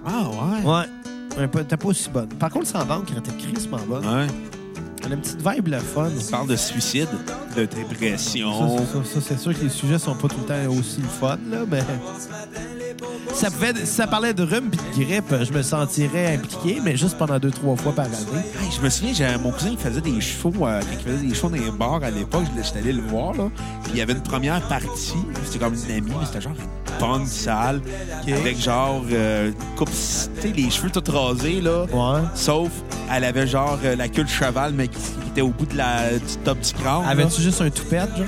[SPEAKER 1] Ah, ouais.
[SPEAKER 2] Ouais. Un peu- T'es pas aussi bonne. Par contre, sans banque, elle était crissement bonne.
[SPEAKER 1] Ouais.
[SPEAKER 2] Elle a une petite vibe, le fun.
[SPEAKER 1] Tu parles de suicide, de
[SPEAKER 2] Ça,
[SPEAKER 1] dépression.
[SPEAKER 2] ça, ça, ça, c'est sûr que les sujets sont pas tout le temps aussi le fun, là, mais. Ça pouvait- si ça parlait de rhume puis de grippe, je me sentirais impliqué, mais juste pendant deux, trois fois par année.
[SPEAKER 1] Hey, je me souviens, j'avais mon cousin qui faisait des shows, euh, quand il faisait des shows dans les bars à l'époque, je j'étais allé le voir, là. Puis il y avait une première partie, c'était comme une amie, mais c'était genre une bonne salle, avec genre, euh, une coupe, tu sais, les cheveux tout rasés, là.
[SPEAKER 2] Ouais.
[SPEAKER 1] Sauf, elle avait genre euh, la queue de cheval, mais qui, qui était au bout de la, du top du crâne. là.
[SPEAKER 2] Avais-tu juste un toupette, genre?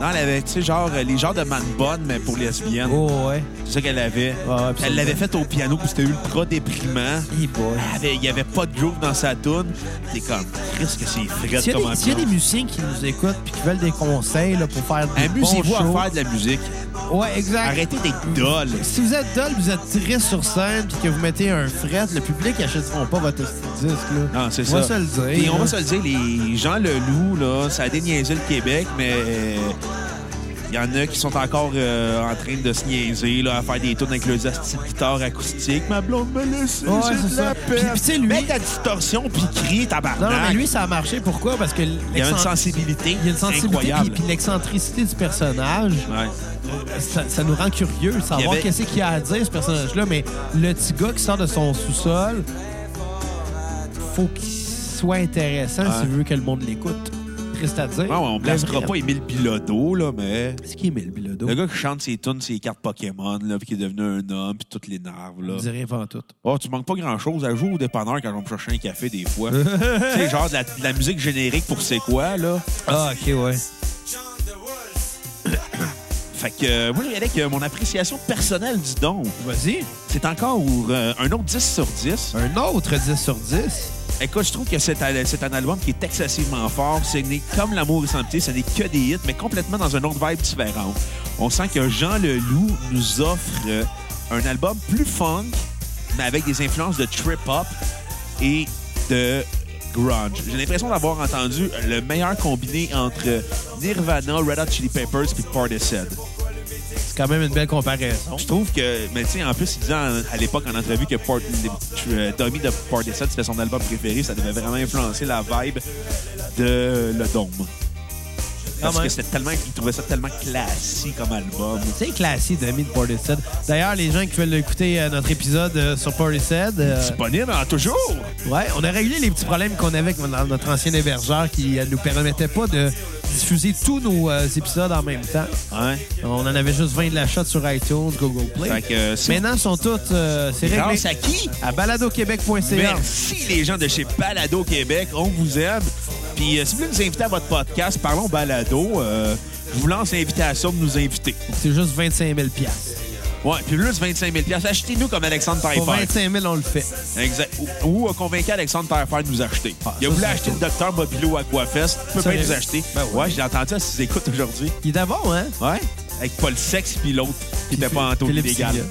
[SPEAKER 1] Non, elle avait, tu sais, genre, euh, les genres de man bonne, mais pour lesbiennes.
[SPEAKER 2] Oh, ouais.
[SPEAKER 1] C'est ça qu'elle avait.
[SPEAKER 2] ouais,
[SPEAKER 1] elle l'avait fait au piano, puis c'était ultra déprimant.
[SPEAKER 2] Hey boy.
[SPEAKER 1] Elle avait- Il n'y avait pas de groove dans sa tune. T'es comme, qu'est-ce que c'est frette
[SPEAKER 2] S'il y, a
[SPEAKER 1] comme
[SPEAKER 2] des- s'il y a des
[SPEAKER 1] ambiance.
[SPEAKER 2] musiciens qui nous écoutent puis qui veulent des conseils là, pour faire des bons
[SPEAKER 1] Amusez-vous
[SPEAKER 2] shows.
[SPEAKER 1] à faire de la musique.
[SPEAKER 2] Ouais, exact.
[SPEAKER 1] Arrêtez d'être dol.
[SPEAKER 2] Si vous êtes dol, vous êtes triste sur scène puis que vous mettez un fret, le public n'achèteront pas votre petit disque. Là.
[SPEAKER 1] Non, c'est
[SPEAKER 2] On
[SPEAKER 1] ça.
[SPEAKER 2] va se le dire.
[SPEAKER 1] Puis on
[SPEAKER 2] là.
[SPEAKER 1] va se le dire, les gens le loup, là, ça a déniaisé le Québec, mais euh, il y en a qui sont encore euh, en train de se niaiser, là, à faire des tours avec le asti de guitare acoustique. Ma blonde me laisse,
[SPEAKER 2] Ouais,
[SPEAKER 1] j'ai
[SPEAKER 2] c'est
[SPEAKER 1] de
[SPEAKER 2] ça.
[SPEAKER 1] la
[SPEAKER 2] Puis-
[SPEAKER 1] peine.
[SPEAKER 2] puis tu sais, lui-
[SPEAKER 1] Mets ta distorsion, puis crie, tabarnak.
[SPEAKER 2] Non, non, mais lui, ça a marché. Pourquoi? Parce que
[SPEAKER 1] il y a une
[SPEAKER 2] l'excent-
[SPEAKER 1] sensibilité,
[SPEAKER 2] il y a une sensibilité puis,
[SPEAKER 1] incroyable.
[SPEAKER 2] puis l'excentricité du personnage,
[SPEAKER 1] Ouais.
[SPEAKER 2] ça, ça nous rend curieux de
[SPEAKER 1] Il y
[SPEAKER 2] savoir
[SPEAKER 1] avait-
[SPEAKER 2] qu'est-ce qu'il y a à dire, ce personnage-là. Mais le petit gars qui sort de son sous-sol, faut qu'il soit intéressant
[SPEAKER 1] Ouais.
[SPEAKER 2] si tu veux que le monde l'écoute. Triste à dire.
[SPEAKER 1] Ouais, ouais, on
[SPEAKER 2] Mais
[SPEAKER 1] placera
[SPEAKER 2] vrai.
[SPEAKER 1] pas Émile Bilodeau, là, mais...
[SPEAKER 2] Qu'est-ce qu'il aimait, le bilodo?
[SPEAKER 1] Le gars qui chante ses tunes, ses cartes Pokémon, là, puis qui est devenu un homme, puis toutes les nerfs, là.
[SPEAKER 2] On dirait avant tout.
[SPEAKER 1] Oh, tu manques pas grand-chose à jouer au dépanneur quand on me chercher un café, des fois. tu sais, genre de la, de la musique générique pour c'est quoi, là.
[SPEAKER 2] Ah, ok, ouais.
[SPEAKER 1] Fait que, euh, moi, je dirais que mon appréciation personnelle du don,
[SPEAKER 2] Vas-y.
[SPEAKER 1] c'est encore euh, un autre 10 sur 10.
[SPEAKER 2] Un autre 10 sur 10.
[SPEAKER 1] Écoute, je trouve que c'est un, c'est un album qui est excessivement fort. Ce n'est comme L'amour et sans pitié, ce n'est que des hits, mais complètement dans un autre vibe différent. On sent que Jean Leloup nous offre euh, un album plus funk, mais avec des influences de trip-hop et de grunge. J'ai l'impression d'avoir entendu le meilleur combiné entre Nirvana, Red Hot Chili Peppers et Portishead.
[SPEAKER 2] C'est quand même une belle comparaison.
[SPEAKER 1] Je trouve que, mais tu sais, en plus, il disait en- à l'époque en entrevue que Port, les- euh, Tommy de Portishead, c'était son album préféré. Ça devait vraiment influencer la vibe de Le Dôme. Parce
[SPEAKER 2] Quand même.
[SPEAKER 1] que c'était tellement, il trouvait ça tellement classique comme album.
[SPEAKER 2] C'est classique d'amis de Portishead. D'ailleurs, les gens qui veulent écouter euh, notre épisode euh, sur Portishead, euh,
[SPEAKER 1] Disponible en toujours!
[SPEAKER 2] ouais, on a réglé les petits problèmes qu'on avait avec mon- notre ancien hébergeur qui ne nous permettait pas de diffuser tous nos euh, épisodes en même temps.
[SPEAKER 1] Hein?
[SPEAKER 2] On en avait juste 20 de la shot sur iTunes, Google Play.
[SPEAKER 1] Fait que, euh, c'est-
[SPEAKER 2] Maintenant, ils sont toutes... euh, c'est réglé.
[SPEAKER 1] Grâce à qui?
[SPEAKER 2] À baladoquebec.ca.
[SPEAKER 1] Merci les gens de chez Balado Québec, on vous aime. Puis euh, si vous voulez nous inviter à votre podcast, parlons Balado. euh, je vous lance l'invitation de nous inviter.
[SPEAKER 2] C'est juste 25 000 piastres.
[SPEAKER 1] Ouais, puis plus 25 000 Achetez-nous comme Alexandre
[SPEAKER 2] Pour
[SPEAKER 1] Taillefer.
[SPEAKER 2] 25 000, on le fait.
[SPEAKER 1] Exact. Ou- Ou a convaincu Alexandre Taillefer de nous acheter.
[SPEAKER 2] Ah,
[SPEAKER 1] il a
[SPEAKER 2] ça,
[SPEAKER 1] voulu
[SPEAKER 2] c'est
[SPEAKER 1] acheter
[SPEAKER 2] cool.
[SPEAKER 1] le docteur Mobilo Aquafest. Il peut
[SPEAKER 2] Ça,
[SPEAKER 1] pas
[SPEAKER 2] il-
[SPEAKER 1] nous acheter.
[SPEAKER 2] Ben
[SPEAKER 1] ouais,
[SPEAKER 2] ouais.
[SPEAKER 1] j'ai entendu à ses écoutes aujourd'hui.
[SPEAKER 2] Il est d'abord, hein?
[SPEAKER 1] Ouais. Avec Paul Sex puis l'autre qui était pas en taux
[SPEAKER 2] Philippe
[SPEAKER 1] illégal.
[SPEAKER 2] Silla.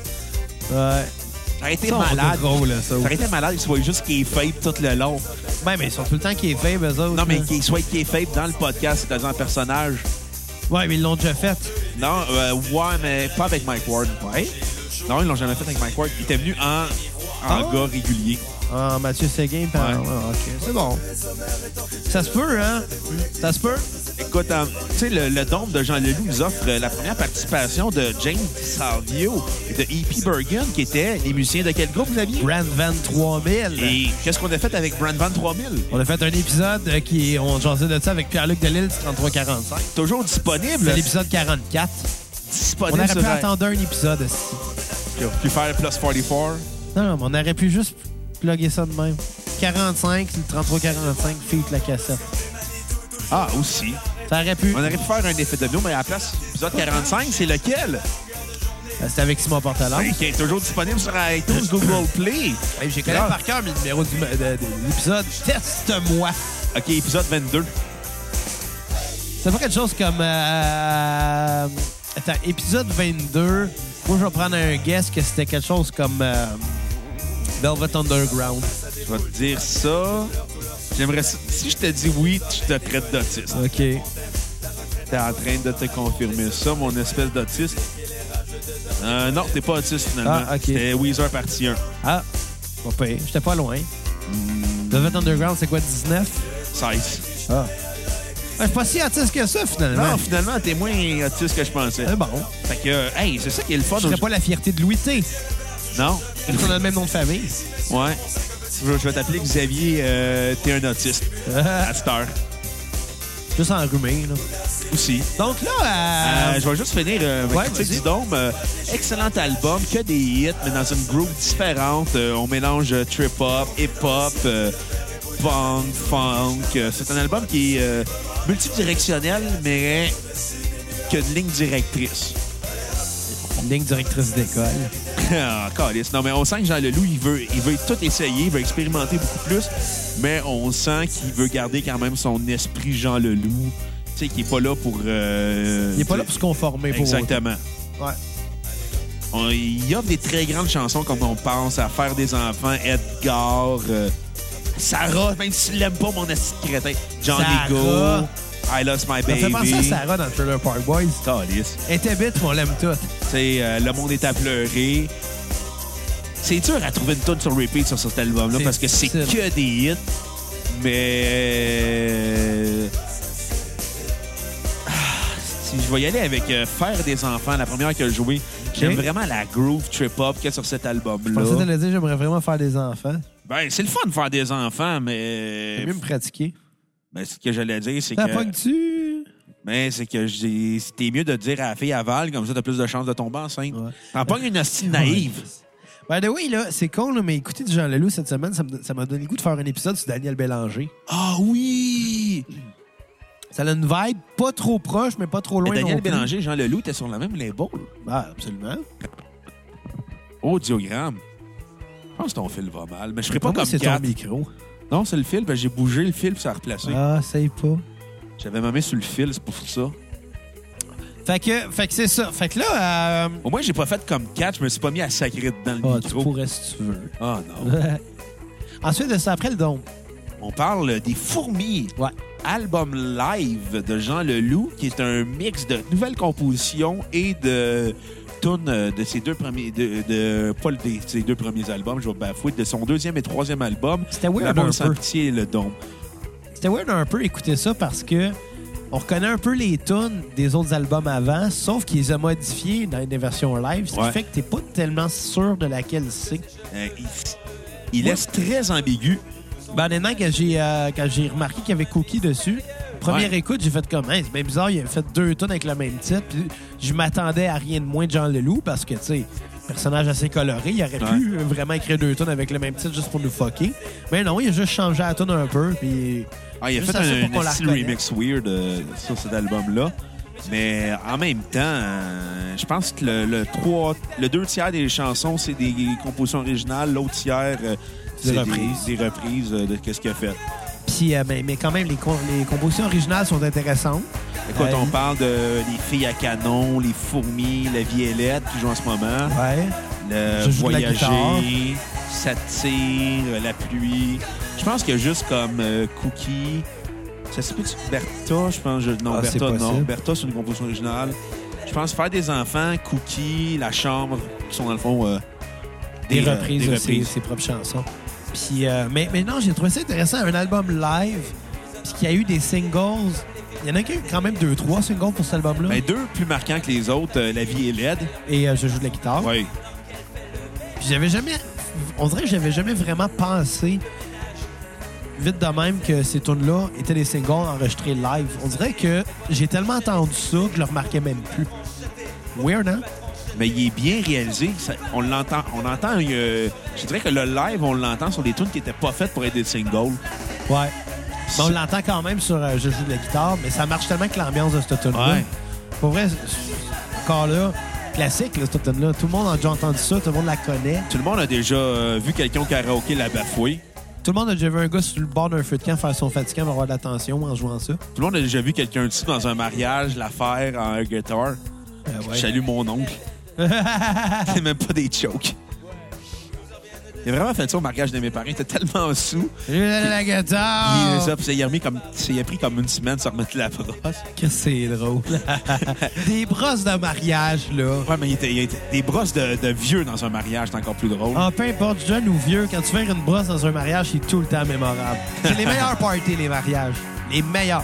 [SPEAKER 2] Ouais.
[SPEAKER 1] Ça aurait été
[SPEAKER 2] Ça, on
[SPEAKER 1] malade.
[SPEAKER 2] était drôle, ça.
[SPEAKER 1] Ça aurait été malade qu'il soit juste qu'il est faible tout le long.
[SPEAKER 2] Ben, mais ils sont tout le temps qui est faible, eux autres.
[SPEAKER 1] Non, mais
[SPEAKER 2] là.
[SPEAKER 1] qu'il soit qu'il est faible dans le podcast, c'est-à-dire un personnage.
[SPEAKER 2] Ouais, mais ils l'ont déjà fait.
[SPEAKER 1] Non, euh, ouais, mais pas avec Mike Ward. Ouais. Non, ils l'ont jamais fait avec Mike Ward. Il était venu en, en
[SPEAKER 2] Ah.
[SPEAKER 1] gars régulier.
[SPEAKER 2] Ah, Mathieu Seguin, par
[SPEAKER 1] Ouais.
[SPEAKER 2] ah, OK. C'est bon. Ça se peut, hein? Ça se peut?
[SPEAKER 1] Écoute, euh, tu sais, le, le Dôme de Jean Leloup nous offre euh, la première participation de James Salvio et de E.P. Bergen, qui étaient les musiciens de quel groupe, vous aviez?
[SPEAKER 2] Brand Van 3000.
[SPEAKER 1] Et qu'est-ce qu'on a fait avec Brand Van 3000?
[SPEAKER 2] On a fait un épisode euh, qui... On jasait de ça avec Pierre-Luc Delille du 3345.
[SPEAKER 1] Toujours disponible.
[SPEAKER 2] C'est l'épisode 44.
[SPEAKER 1] Ah,
[SPEAKER 2] On
[SPEAKER 1] disponible
[SPEAKER 2] aurait pu
[SPEAKER 1] sur-
[SPEAKER 2] attendre un épisode aussi.
[SPEAKER 1] Puis faire plus 44.
[SPEAKER 2] Non, non, mais on aurait pu juste plugger ça de même. 45, c'est le 3345, fille la cassette.
[SPEAKER 1] Ah, aussi.
[SPEAKER 2] Ça aurait pu.
[SPEAKER 1] On aurait pu faire un effet domino, mais à la place, épisode 45, c'est lequel?
[SPEAKER 2] Euh, C'était avec Simon Portalam.
[SPEAKER 1] Ben, Qui est toujours disponible sur iTunes, Google Play.
[SPEAKER 2] J'ai
[SPEAKER 1] connais par
[SPEAKER 2] cœur le numéro de, l'épisode. Teste-moi.
[SPEAKER 1] OK, épisode 22.
[SPEAKER 2] C'est pas quelque chose comme. euh, attends, épisode 22. Moi, je vais prendre un guess que c'était quelque chose comme. euh, Velvet Underground.
[SPEAKER 1] Je vais te dire ça. J'aimerais ça- Si je te dis oui, tu te traites d'autiste.
[SPEAKER 2] OK.
[SPEAKER 1] T'es en train de te confirmer ça, mon espèce d'autiste. Euh, non, t'es pas autiste finalement.
[SPEAKER 2] Ah, ok.
[SPEAKER 1] C'était Weezer partie 1.
[SPEAKER 2] Ah, pas pire. J'étais pas loin. Velvet Underground, c'est quoi, 19?
[SPEAKER 1] 16.
[SPEAKER 2] Ah. Je suis pas si autiste que ça, finalement.
[SPEAKER 1] Non, finalement, t'es moins autiste que je pensais.
[SPEAKER 2] C'est bon.
[SPEAKER 1] Fait que, euh, hey, c'est ça qui est le fun.
[SPEAKER 2] Je serais pas la fierté de Louis T.
[SPEAKER 1] Non.
[SPEAKER 2] Parce qu'on a le même nom de famille.
[SPEAKER 1] Ouais. Je, je vais t'appeler Xavier, euh, t'es un autiste. À cette heure
[SPEAKER 2] Juste enrhumé, là.
[SPEAKER 1] aussi.
[SPEAKER 2] Donc là, euh,
[SPEAKER 1] Euh, je vais juste finir euh, avec
[SPEAKER 2] Ouais,
[SPEAKER 1] la critique
[SPEAKER 2] vas-y.
[SPEAKER 1] du Dôme. Euh, excellent album, que des hits, mais dans une groupe différente. Euh, on mélange euh, trip-hop, hip-hop, euh, punk, funk. Euh, C'est un album qui est euh, multidirectionnel, mais qui a une ligne directrice.
[SPEAKER 2] ligne directrice d'école.
[SPEAKER 1] ah, câlisse. Non, mais on sent que Jean Leloup, il veut, il veut tout essayer, il veut expérimenter beaucoup plus, mais on sent qu'il veut garder quand même son esprit Jean Leloup. Tu sais, qu'il est pas là pour... euh,
[SPEAKER 2] Il est pas là pour se conformer pour
[SPEAKER 1] Exactement.
[SPEAKER 2] autant. Ouais.
[SPEAKER 1] On- Il y a des très grandes chansons comme on pense à Faire des enfants, Edgar, euh, Sarah, même si tu l'aimes pas, mon esti de crétin. Johnny
[SPEAKER 2] Sarah.
[SPEAKER 1] Go, I Lost My
[SPEAKER 2] Ça
[SPEAKER 1] Baby.
[SPEAKER 2] fait penser à Sarah dans Trailer Park Boys.
[SPEAKER 1] Calisse.
[SPEAKER 2] Elle était bête, mais on l'aime toute.
[SPEAKER 1] Tu sais, euh, Le monde est à pleurer. C'est dur à trouver une tonne sur repeat sur cet album-là
[SPEAKER 2] C'est
[SPEAKER 1] parce que c'est
[SPEAKER 2] difficile.
[SPEAKER 1] que des hits. Mais. Ah, si Je vais y aller avec euh, Faire des enfants, la première que a joué. J'aime vraiment la groove trip-hop qu'il y a sur cet
[SPEAKER 2] Je pensais
[SPEAKER 1] album-là.
[SPEAKER 2] te le dire, j'aimerais vraiment faire des enfants.
[SPEAKER 1] Ben, c'est le fun de faire des enfants, mais.
[SPEAKER 2] J'aime mieux me pratiquer.
[SPEAKER 1] Ben, ce que j'allais dire, c'est
[SPEAKER 2] T'as
[SPEAKER 1] que.
[SPEAKER 2] pas que tu.
[SPEAKER 1] Ben, c'est que j'ai- c'était mieux de dire à la fille aval, comme ça, t'as plus de chances de tomber enceinte.
[SPEAKER 2] Ouais.
[SPEAKER 1] T'en pognes une hostie naïve.
[SPEAKER 2] By the way, là, c'est con, là, mais écouter du Jean Leloup cette semaine, ça me- ça m'a donné le goût de faire un épisode sur Daniel Bélanger.
[SPEAKER 1] Ah oui!
[SPEAKER 2] Ça a une vibe pas trop proche, mais pas trop loin.
[SPEAKER 1] Et Daniel
[SPEAKER 2] non plus.
[SPEAKER 1] Bélanger, Jean Leloup, t'es sur la même label.
[SPEAKER 2] Ah, absolument.
[SPEAKER 1] Audiogramme. Je pense que ton fil va mal, mais je ferai pas
[SPEAKER 2] Comment
[SPEAKER 1] comme
[SPEAKER 2] c'est
[SPEAKER 1] Kat.
[SPEAKER 2] ton micro.
[SPEAKER 1] Non, c'est le fil, parce que j'ai bougé le fil, puis ça a replacé.
[SPEAKER 2] Ah, save pas.
[SPEAKER 1] J'avais ma main sur le fil, c'est pour ça.
[SPEAKER 2] Fait que, fait que c'est ça. Fait que là, euh,
[SPEAKER 1] Au moins, j'ai pas fait comme Kat, je me suis pas mis à sacrer dans le
[SPEAKER 2] ah, tu
[SPEAKER 1] micro.
[SPEAKER 2] pourrais si tu veux.
[SPEAKER 1] Ah non.
[SPEAKER 2] Ensuite de ça, après le don.
[SPEAKER 1] On parle des fourmis.
[SPEAKER 2] Ouais.
[SPEAKER 1] Album live de Jean Leloup, qui est un mix de nouvelles compositions et de tunes euh, de ses deux premiers, de, de- pas de ses deux premiers albums, je vais bafouer, de son deuxième et troisième album.
[SPEAKER 2] C'était
[SPEAKER 1] La
[SPEAKER 2] weird un
[SPEAKER 1] bonne
[SPEAKER 2] peu.
[SPEAKER 1] pitié et le don.
[SPEAKER 2] C'était weird un peu écouter ça parce que on reconnaît un peu les tunes des autres albums avant, sauf qu'ils les ont modifiés dans une version live, ce qui
[SPEAKER 1] Ouais.
[SPEAKER 2] fait que t'es pas tellement sûr de laquelle c'est.
[SPEAKER 1] Euh, il il laisse très ambigu.
[SPEAKER 2] Ben, honnêtement, quand j'ai, euh, quand j'ai remarqué qu'il y avait Cookie dessus, première
[SPEAKER 1] Ouais.
[SPEAKER 2] écoute, j'ai fait comme, Hein, c'est bien bizarre, il a fait deux tonnes avec le même titre. Puis je m'attendais à rien de moins de Jean Leloup parce que, tu sais, personnage assez coloré, il aurait pu euh, vraiment écrire deux tonnes avec le même titre juste pour nous fucker. Mais non, il a juste changé la tonne un peu, puis.
[SPEAKER 1] Ah, il a
[SPEAKER 2] Juste
[SPEAKER 1] fait
[SPEAKER 2] assez
[SPEAKER 1] un,
[SPEAKER 2] pour qu'on
[SPEAKER 1] un
[SPEAKER 2] la
[SPEAKER 1] style
[SPEAKER 2] reconnaisse.
[SPEAKER 1] remix weird euh, sur cet album-là. Mais en même temps, euh, je pense que le, le, trois, le deux tiers des chansons, c'est des compositions originales. L'autre tiers, euh, c'est des
[SPEAKER 2] reprises.
[SPEAKER 1] des reprises euh, de quest ce qu'il a fait.
[SPEAKER 2] Puis, euh, ben, mais quand même, les, com- les compositions originales sont intéressantes.
[SPEAKER 1] Quand
[SPEAKER 2] Euh,
[SPEAKER 1] on parle de les filles à canon, les fourmis, la violette qui joue en ce moment,
[SPEAKER 2] Ouais.
[SPEAKER 1] le
[SPEAKER 2] Je joue de la
[SPEAKER 1] voyager, ça tire, la pluie. Je pense que juste comme euh, Cookie, ça se peut Bertha, je pense. je- non,
[SPEAKER 2] Ah, c'est
[SPEAKER 1] Bertha, non.
[SPEAKER 2] possible.
[SPEAKER 1] Bertha, c'est une composition originale. Je pense faire des enfants, Cookie, la chambre, qui sont dans le fond euh,
[SPEAKER 2] des,
[SPEAKER 1] euh,
[SPEAKER 2] reprises
[SPEAKER 1] des
[SPEAKER 2] de ses, ses propres chansons. Puis, euh, mais, mais non, j'ai trouvé ça intéressant. Un album live, puis qu'il y a eu des singles. Il y en a qui a eu quand même deux, trois singles pour cet album-là.
[SPEAKER 1] Ben, deux plus marquants que les autres, euh, La vie est laide.
[SPEAKER 2] Et euh, je joue de la guitare.
[SPEAKER 1] Oui.
[SPEAKER 2] Puis j'avais jamais. On dirait que j'avais jamais vraiment pensé vite de même que ces tunes-là étaient des singles enregistrés live. On dirait que j'ai tellement entendu ça que je le remarquais même plus. Weird, hein?
[SPEAKER 1] mais il est bien réalisé. Ça- on l'entend, on entend. euh, je dirais que le live, on l'entend sur des tunes qui n'étaient pas faites pour être des singles.
[SPEAKER 2] Ouais. Mais on
[SPEAKER 1] C'est-
[SPEAKER 2] l'entend quand même sur euh, Je joue de la guitare, mais ça marche tellement que l'ambiance de cette tune-là.
[SPEAKER 1] Ouais.
[SPEAKER 2] Pour vrai, c- c- encore là, classique, là, cette tune-là. Tout le monde a déjà entendu ça, tout le monde la connaît.
[SPEAKER 1] Tout le monde a déjà euh, vu quelqu'un au karaoké la bafouer.
[SPEAKER 2] Tout le monde a déjà vu un gars sur le bord d'un feu de camp faire son fatigant pour avoir de l'attention en jouant ça.
[SPEAKER 1] Tout le monde a déjà vu quelqu'un dessus dans un mariage la faire en guitar.
[SPEAKER 2] Euh, ouais.
[SPEAKER 1] Je salue mon oncle. C'est même pas des jokes. Il a vraiment fait ça au mariage de mes parents. Il était tellement sous.
[SPEAKER 2] la, la
[SPEAKER 1] Il
[SPEAKER 2] guitare!
[SPEAKER 1] les a- puis il a remis comme, il a pris comme une semaine de se remettre la brosse.
[SPEAKER 2] Que c'est drôle. Des brosses de mariage, là.
[SPEAKER 1] Ouais, mais il était, il était- des brosses de, de vieux dans un mariage, c'est encore plus drôle.
[SPEAKER 2] Ah, peu importe, jeune ou vieux, quand tu fais une brosse dans un mariage, c'est tout le temps mémorable. C'est les meilleurs parties, les mariages. Les meilleurs.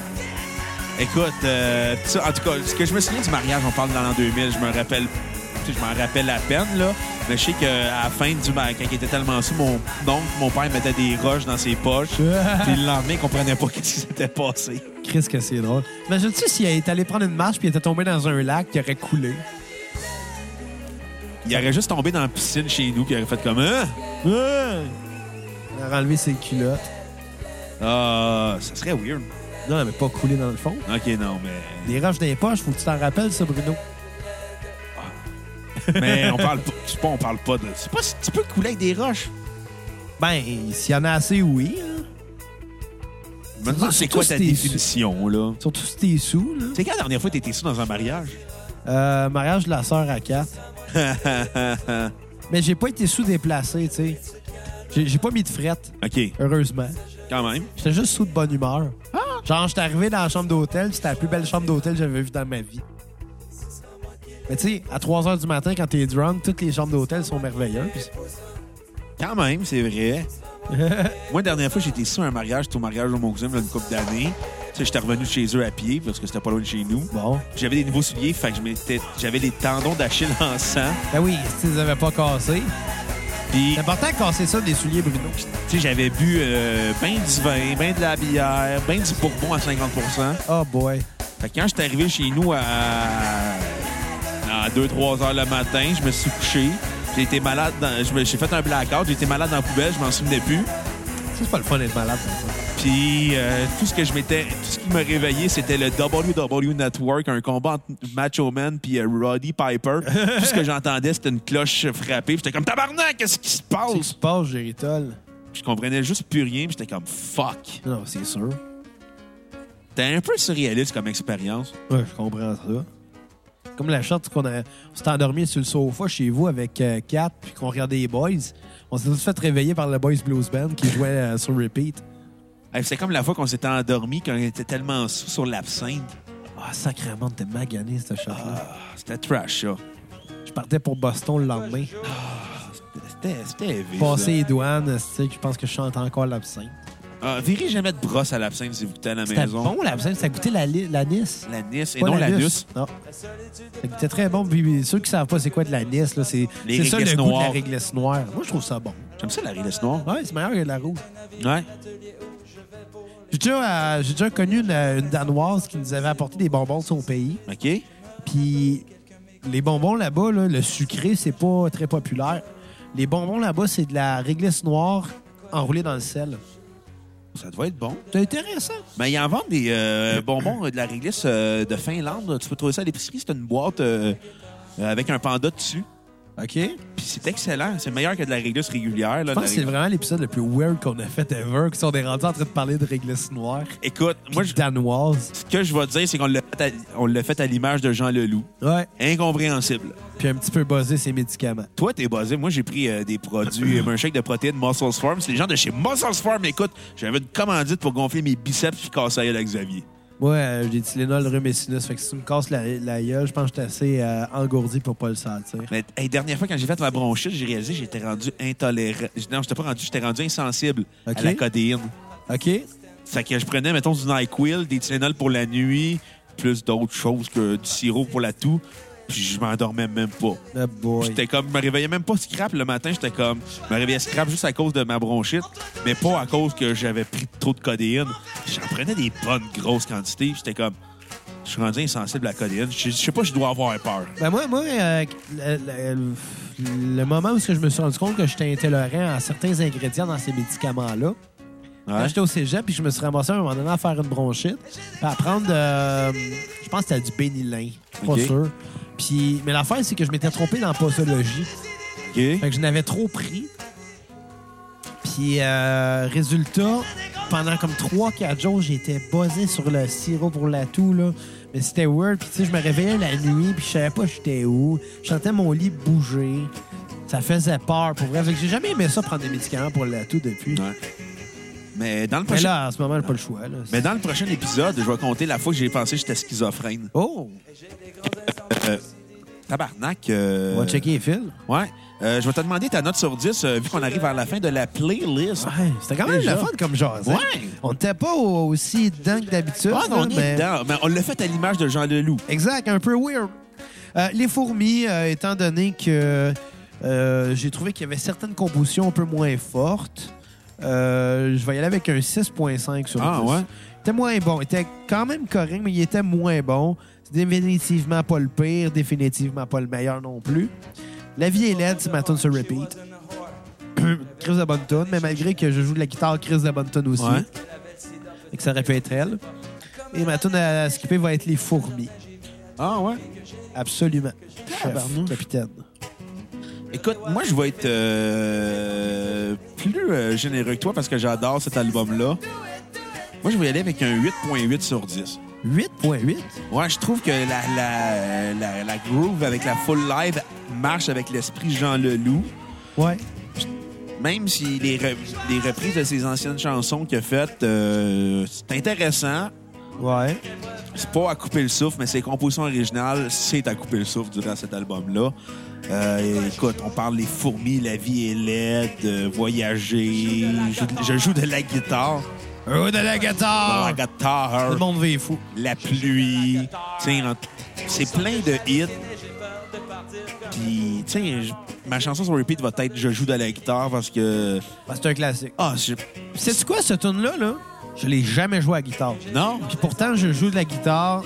[SPEAKER 1] Écoute, euh, ça, en tout cas, ce que je me souviens du mariage, on parle dans l'an 2000, je me rappelle, tu sais, je m'en rappelle à peine, là. Mais je sais qu'à la fin du mariage, quand il était tellement sous, mon oncle, mon père mettait des roches dans ses poches. puis le lendemain, il comprenait pas ce qui s'était passé.
[SPEAKER 2] Chris, que c'est drôle. Imagine-tu s'il était allé prendre une marche puis il était tombé dans un lac qui aurait coulé?
[SPEAKER 1] Il aurait juste tombé dans la piscine chez nous, puis il aurait fait comme, hein?
[SPEAKER 2] Il aurait enlevé ses culottes.
[SPEAKER 1] Ah, ça serait weird.
[SPEAKER 2] Non, mais pas coulé dans le fond.
[SPEAKER 1] Ok, non, mais.
[SPEAKER 2] Des roches dans les poches, faut que tu t'en rappelles, ça, Bruno.
[SPEAKER 1] Mais on parle pas, c'est pas, on parle pas de. C'est pas si tu peux couler avec des roches.
[SPEAKER 2] Ben, s'il y en a assez, oui. hein.
[SPEAKER 1] Maintenant, c'est quoi
[SPEAKER 2] surtout
[SPEAKER 1] ta
[SPEAKER 2] si t'es
[SPEAKER 1] définition, là?
[SPEAKER 2] Surtout si t'es sous, là.
[SPEAKER 1] C'est quand la dernière fois t'étais sous dans un mariage?
[SPEAKER 2] Euh, mariage de la sœur à quatre.
[SPEAKER 1] OK.
[SPEAKER 2] Mais j'ai pas été sous-déplacé, tu sais. J'ai j'ai pas mis de fret, heureusement.
[SPEAKER 1] Quand même.
[SPEAKER 2] J'étais juste sous de bonne humeur. Genre, j'étais arrivé dans la chambre d'hôtel, puis c'était la plus belle chambre d'hôtel que j'avais vue dans ma vie. Mais tu sais, à 3 h du matin, quand t'es drunk, toutes les chambres d'hôtel sont merveilleuses.
[SPEAKER 1] Quand même, c'est vrai. Moi, la dernière fois, j'étais sous un mariage, c'était au mariage de mon cousin, là, une couple d'années. Tu sais, j'étais revenu de chez eux à pied parce que c'était pas loin de chez nous.
[SPEAKER 2] Bon.
[SPEAKER 1] J'avais des nouveaux souliers, fait que je m'étais- j'avais des tendons d'Achille en sang.
[SPEAKER 2] Ben oui, si ils avaient pas cassé.
[SPEAKER 1] Puis,
[SPEAKER 2] C'est important de casser ça des souliers, Bruno.
[SPEAKER 1] tu sais, j'avais bu euh, ben du vin, ben de la bière, ben du bourbon à 50
[SPEAKER 2] Oh boy.
[SPEAKER 1] Fait que quand j'étais arrivé chez nous à, à 2-3 heures le matin, je me suis couché. J'ai été malade. dans- je me- J'ai fait un blackout. J'ai été malade dans la poubelle. Je m'en souvenais plus.
[SPEAKER 2] Ça, C'est pas le fun d'être malade, comme ça.
[SPEAKER 1] Puis euh, tout ce que je m'étais, tout ce qui me réveillait, c'était le WW Network, un combat entre Macho Man puis euh, Roddy Piper. tout ce que j'entendais, c'était une cloche frappée. Puis J'étais comme tabarnak, qu'est-ce qui se
[SPEAKER 2] Qu'est-ce qui
[SPEAKER 1] passe
[SPEAKER 2] se passe, Géritol?
[SPEAKER 1] Puis Je comprenais juste plus rien. puis J'étais comme fuck.
[SPEAKER 2] Non, c'est sûr.
[SPEAKER 1] C'était un peu surréaliste comme expérience.
[SPEAKER 2] Ouais, je comprends ça. Comme la charte qu'on a, on s'est endormi sur le sofa chez vous avec euh, Kat, puis qu'on regardait les Boys. On s'est tous fait réveiller par le Boys Blues Band qui jouait euh, sur repeat.
[SPEAKER 1] Hey, C'est comme la fois qu'on s'était endormi, qu'on était tellement sous sur l'absinthe.
[SPEAKER 2] Ah, sacrément, t'es magané, cette charte-là.
[SPEAKER 1] Ah, C'était trash, ça. Ah.
[SPEAKER 2] Je partais pour Boston le lendemain.
[SPEAKER 1] C'était c'était heavy,
[SPEAKER 2] Passer les douanes, tu sais, je pense que je chante encore l'absinthe.
[SPEAKER 1] ça. Ah, virez jamais de brosse à l'absinthe si vous goûtez à la
[SPEAKER 2] C'était
[SPEAKER 1] maison.
[SPEAKER 2] bon, l'absinthe. Ça goûtait la, li- la Nice.
[SPEAKER 1] La Nice et
[SPEAKER 2] Pas
[SPEAKER 1] non la
[SPEAKER 2] l'anus. Non. C'était très bon. Puis ceux qui savent pas c'est quoi de la nice, là, c'est
[SPEAKER 1] Les
[SPEAKER 2] c'est ça le
[SPEAKER 1] réglisses
[SPEAKER 2] goût de la
[SPEAKER 1] noires.
[SPEAKER 2] réglisse noire. Moi, je trouve ça bon.
[SPEAKER 1] J'aime ça la réglisse noire.
[SPEAKER 2] Ouais, c'est meilleur que de la rouge.
[SPEAKER 1] Ouais.
[SPEAKER 2] J'ai déjà, euh, j'ai déjà connu une, une Danoise qui nous avait apporté des bonbons de son pays.
[SPEAKER 1] OK.
[SPEAKER 2] Puis les bonbons là-bas, là, le sucré, c'est pas très populaire. Les bonbons là-bas, c'est de la réglisse noire enroulée dans le sel.
[SPEAKER 1] Ça doit être bon.
[SPEAKER 2] C'est intéressant.
[SPEAKER 1] Mais Ben, ils en vendent des euh, bonbons euh, de la réglisse euh, de Finlande. Tu peux trouver ça à l'épicerie. C'est une boîte euh, euh, avec un panda dessus.
[SPEAKER 2] OK. Je
[SPEAKER 1] Puis c'est excellent. C'est meilleur que de la réglisse régulière. Là,
[SPEAKER 2] pense
[SPEAKER 1] de la
[SPEAKER 2] que c'est
[SPEAKER 1] réglisse-
[SPEAKER 2] vraiment l'épisode le plus weird qu'on a fait ever, qu'on est rendu en train de parler de réglisse noire.
[SPEAKER 1] Écoute, moi,
[SPEAKER 2] Moi,
[SPEAKER 1] je-
[SPEAKER 2] danoise.
[SPEAKER 1] ce que je vais dire, c'est qu'on l'a fait à- on l'a fait à l'image de Jean Leloup.
[SPEAKER 2] Ouais.
[SPEAKER 1] Incompréhensible.
[SPEAKER 2] puis un petit peu buzzé ses médicaments.
[SPEAKER 1] Toi, t'es basé. Moi, j'ai pris euh, des produits, euh, un shake de protéines Muscles Farm. C'est les gens de chez Muscles Farm. Écoute, j'avais une commandite pour gonfler mes biceps puis casser la gueule à Xavier.
[SPEAKER 2] Moi, euh, j'ai des Tylenol rhum Fait que si tu me casses la, la gueule, je pense que je suis assez euh, engourdi pour pas le sentir.
[SPEAKER 1] Mais hey, dernière fois, quand j'ai fait ma bronchite, j'ai réalisé que j'étais rendu intolérant. Non, j'étais pas rendu, j'étais rendu insensible
[SPEAKER 2] Ok.
[SPEAKER 1] à la codéine.
[SPEAKER 2] OK?
[SPEAKER 1] Fait que je prenais, mettons, du NyQuil, des Tylenol pour la nuit, plus d'autres choses que du sirop pour la toux. Puis je m'endormais même pas.
[SPEAKER 2] Oh boy.
[SPEAKER 1] J'étais comme, je me réveillais même pas scrap le matin. J'étais comme, je me réveillais scrap juste à cause de ma bronchite, mais pas à cause que j'avais pris trop de codéine. J'en prenais des bonnes grosses quantités. J'étais comme, je suis rendu insensible à la codéine. Je je sais pas, je dois avoir peur.
[SPEAKER 2] Ben moi, moi euh, le, le- le moment où est-ce que je me suis rendu compte que j'étais intolérant à certains ingrédients dans ces médicaments-là, quand
[SPEAKER 1] Ouais.
[SPEAKER 2] j'étais au cégep, puis je me suis ramassé à un moment donné à faire une bronchite, puis à prendre, euh, je pense que c'était du bénilin. Je suis Pas
[SPEAKER 1] Ok.
[SPEAKER 2] sûr. Puis, mais l'affaire, c'est que je m'étais trompé dans la posologie.
[SPEAKER 1] OK.
[SPEAKER 2] Fait que je n'avais trop pris. Puis Puis, euh, résultat, pendant comme 3-4 jours, j'étais basé sur le sirop pour la toux, là. Mais c'était weird. Puis, tu sais, je me réveillais la nuit, puis je savais pas j'étais où. Je sentais mon lit bouger. Ça faisait peur, pour vrai. Fait que j'ai jamais aimé ça, prendre des médicaments pour la toux depuis.
[SPEAKER 1] Ouais. Mais dans le
[SPEAKER 2] Mais
[SPEAKER 1] prochain,
[SPEAKER 2] là, en ce moment, j'ai pas le choix, là.
[SPEAKER 1] mais dans le prochain épisode, je vais compter la fois que j'ai pensé que j'étais schizophrène.
[SPEAKER 2] Oh!
[SPEAKER 1] Tabarnak. euh,
[SPEAKER 2] On va checker les fils.
[SPEAKER 1] Ouais. Euh, je vais te demander ta note sur 10, euh, vu qu'on arrive vers la fin de la playlist.
[SPEAKER 2] Ouais, c'était quand même
[SPEAKER 1] Déjà.
[SPEAKER 2] le fun comme jazz. hein?
[SPEAKER 1] Ouais.
[SPEAKER 2] On n'était pas au- aussi dedans que d'habitude.
[SPEAKER 1] Ah, non, on
[SPEAKER 2] là,
[SPEAKER 1] est
[SPEAKER 2] mais-
[SPEAKER 1] dedans. Mais on l'a fait à l'image de Jean Leloup.
[SPEAKER 2] Exact, un peu weird. Euh, les fourmis, euh, étant donné que euh, j'ai trouvé qu'il y avait certaines compositions un peu moins fortes, euh, je vais y aller avec un 6.5 sur
[SPEAKER 1] Ah,
[SPEAKER 2] 10.
[SPEAKER 1] ouais?
[SPEAKER 2] Il était moins bon. Il était quand même correct, mais il était moins bon. C'est définitivement pas le pire, définitivement pas le meilleur non plus. La vie est laide, c'est ma tune sur repeat. Chris de bonne tune, mais malgré que je joue de la guitare Chris de bonne tune aussi,
[SPEAKER 1] Ouais.
[SPEAKER 2] et que ça aurait pu être elle. Et ma tune à skipper va être les fourmis.
[SPEAKER 1] Ah, ouais?
[SPEAKER 2] Absolument.
[SPEAKER 1] Tabarnouche.
[SPEAKER 2] Chef, capitaine.
[SPEAKER 1] Écoute, moi, je vais être euh, plus euh, généreux que toi parce que j'adore cet album-là. Moi, je vais y aller avec un 8.8 sur 10.
[SPEAKER 2] 8.8.
[SPEAKER 1] Ouais, je trouve que la, la, euh, la, la groove avec la full live marche avec l'esprit Jean Leloup.
[SPEAKER 2] Ouais.
[SPEAKER 1] Même si les, re- les reprises de ses anciennes chansons qu'il a faites, euh, c'est intéressant.
[SPEAKER 2] Ouais.
[SPEAKER 1] C'est pas à couper le souffle, mais ses compositions originales, c'est à couper le souffle durant cet album-là. Euh, écoute, on parle des fourmis, la vie est laide, euh, voyager, je, je joue de la guitare,
[SPEAKER 2] Oh, de la guitare!
[SPEAKER 1] la guitare,
[SPEAKER 2] Le monde est fou.
[SPEAKER 1] la pluie, tu sais, en- c'est plein de hits. Puis, tu sais, je- ma chanson sur repeat va être Je joue de la guitare parce que.
[SPEAKER 2] Ah, c'est un classique.
[SPEAKER 1] Ah, je-
[SPEAKER 2] Sais-tu quoi, ce tune-là, là? Je l'ai jamais joué à la guitare.
[SPEAKER 1] non,
[SPEAKER 2] Puis pourtant, je joue de la guitare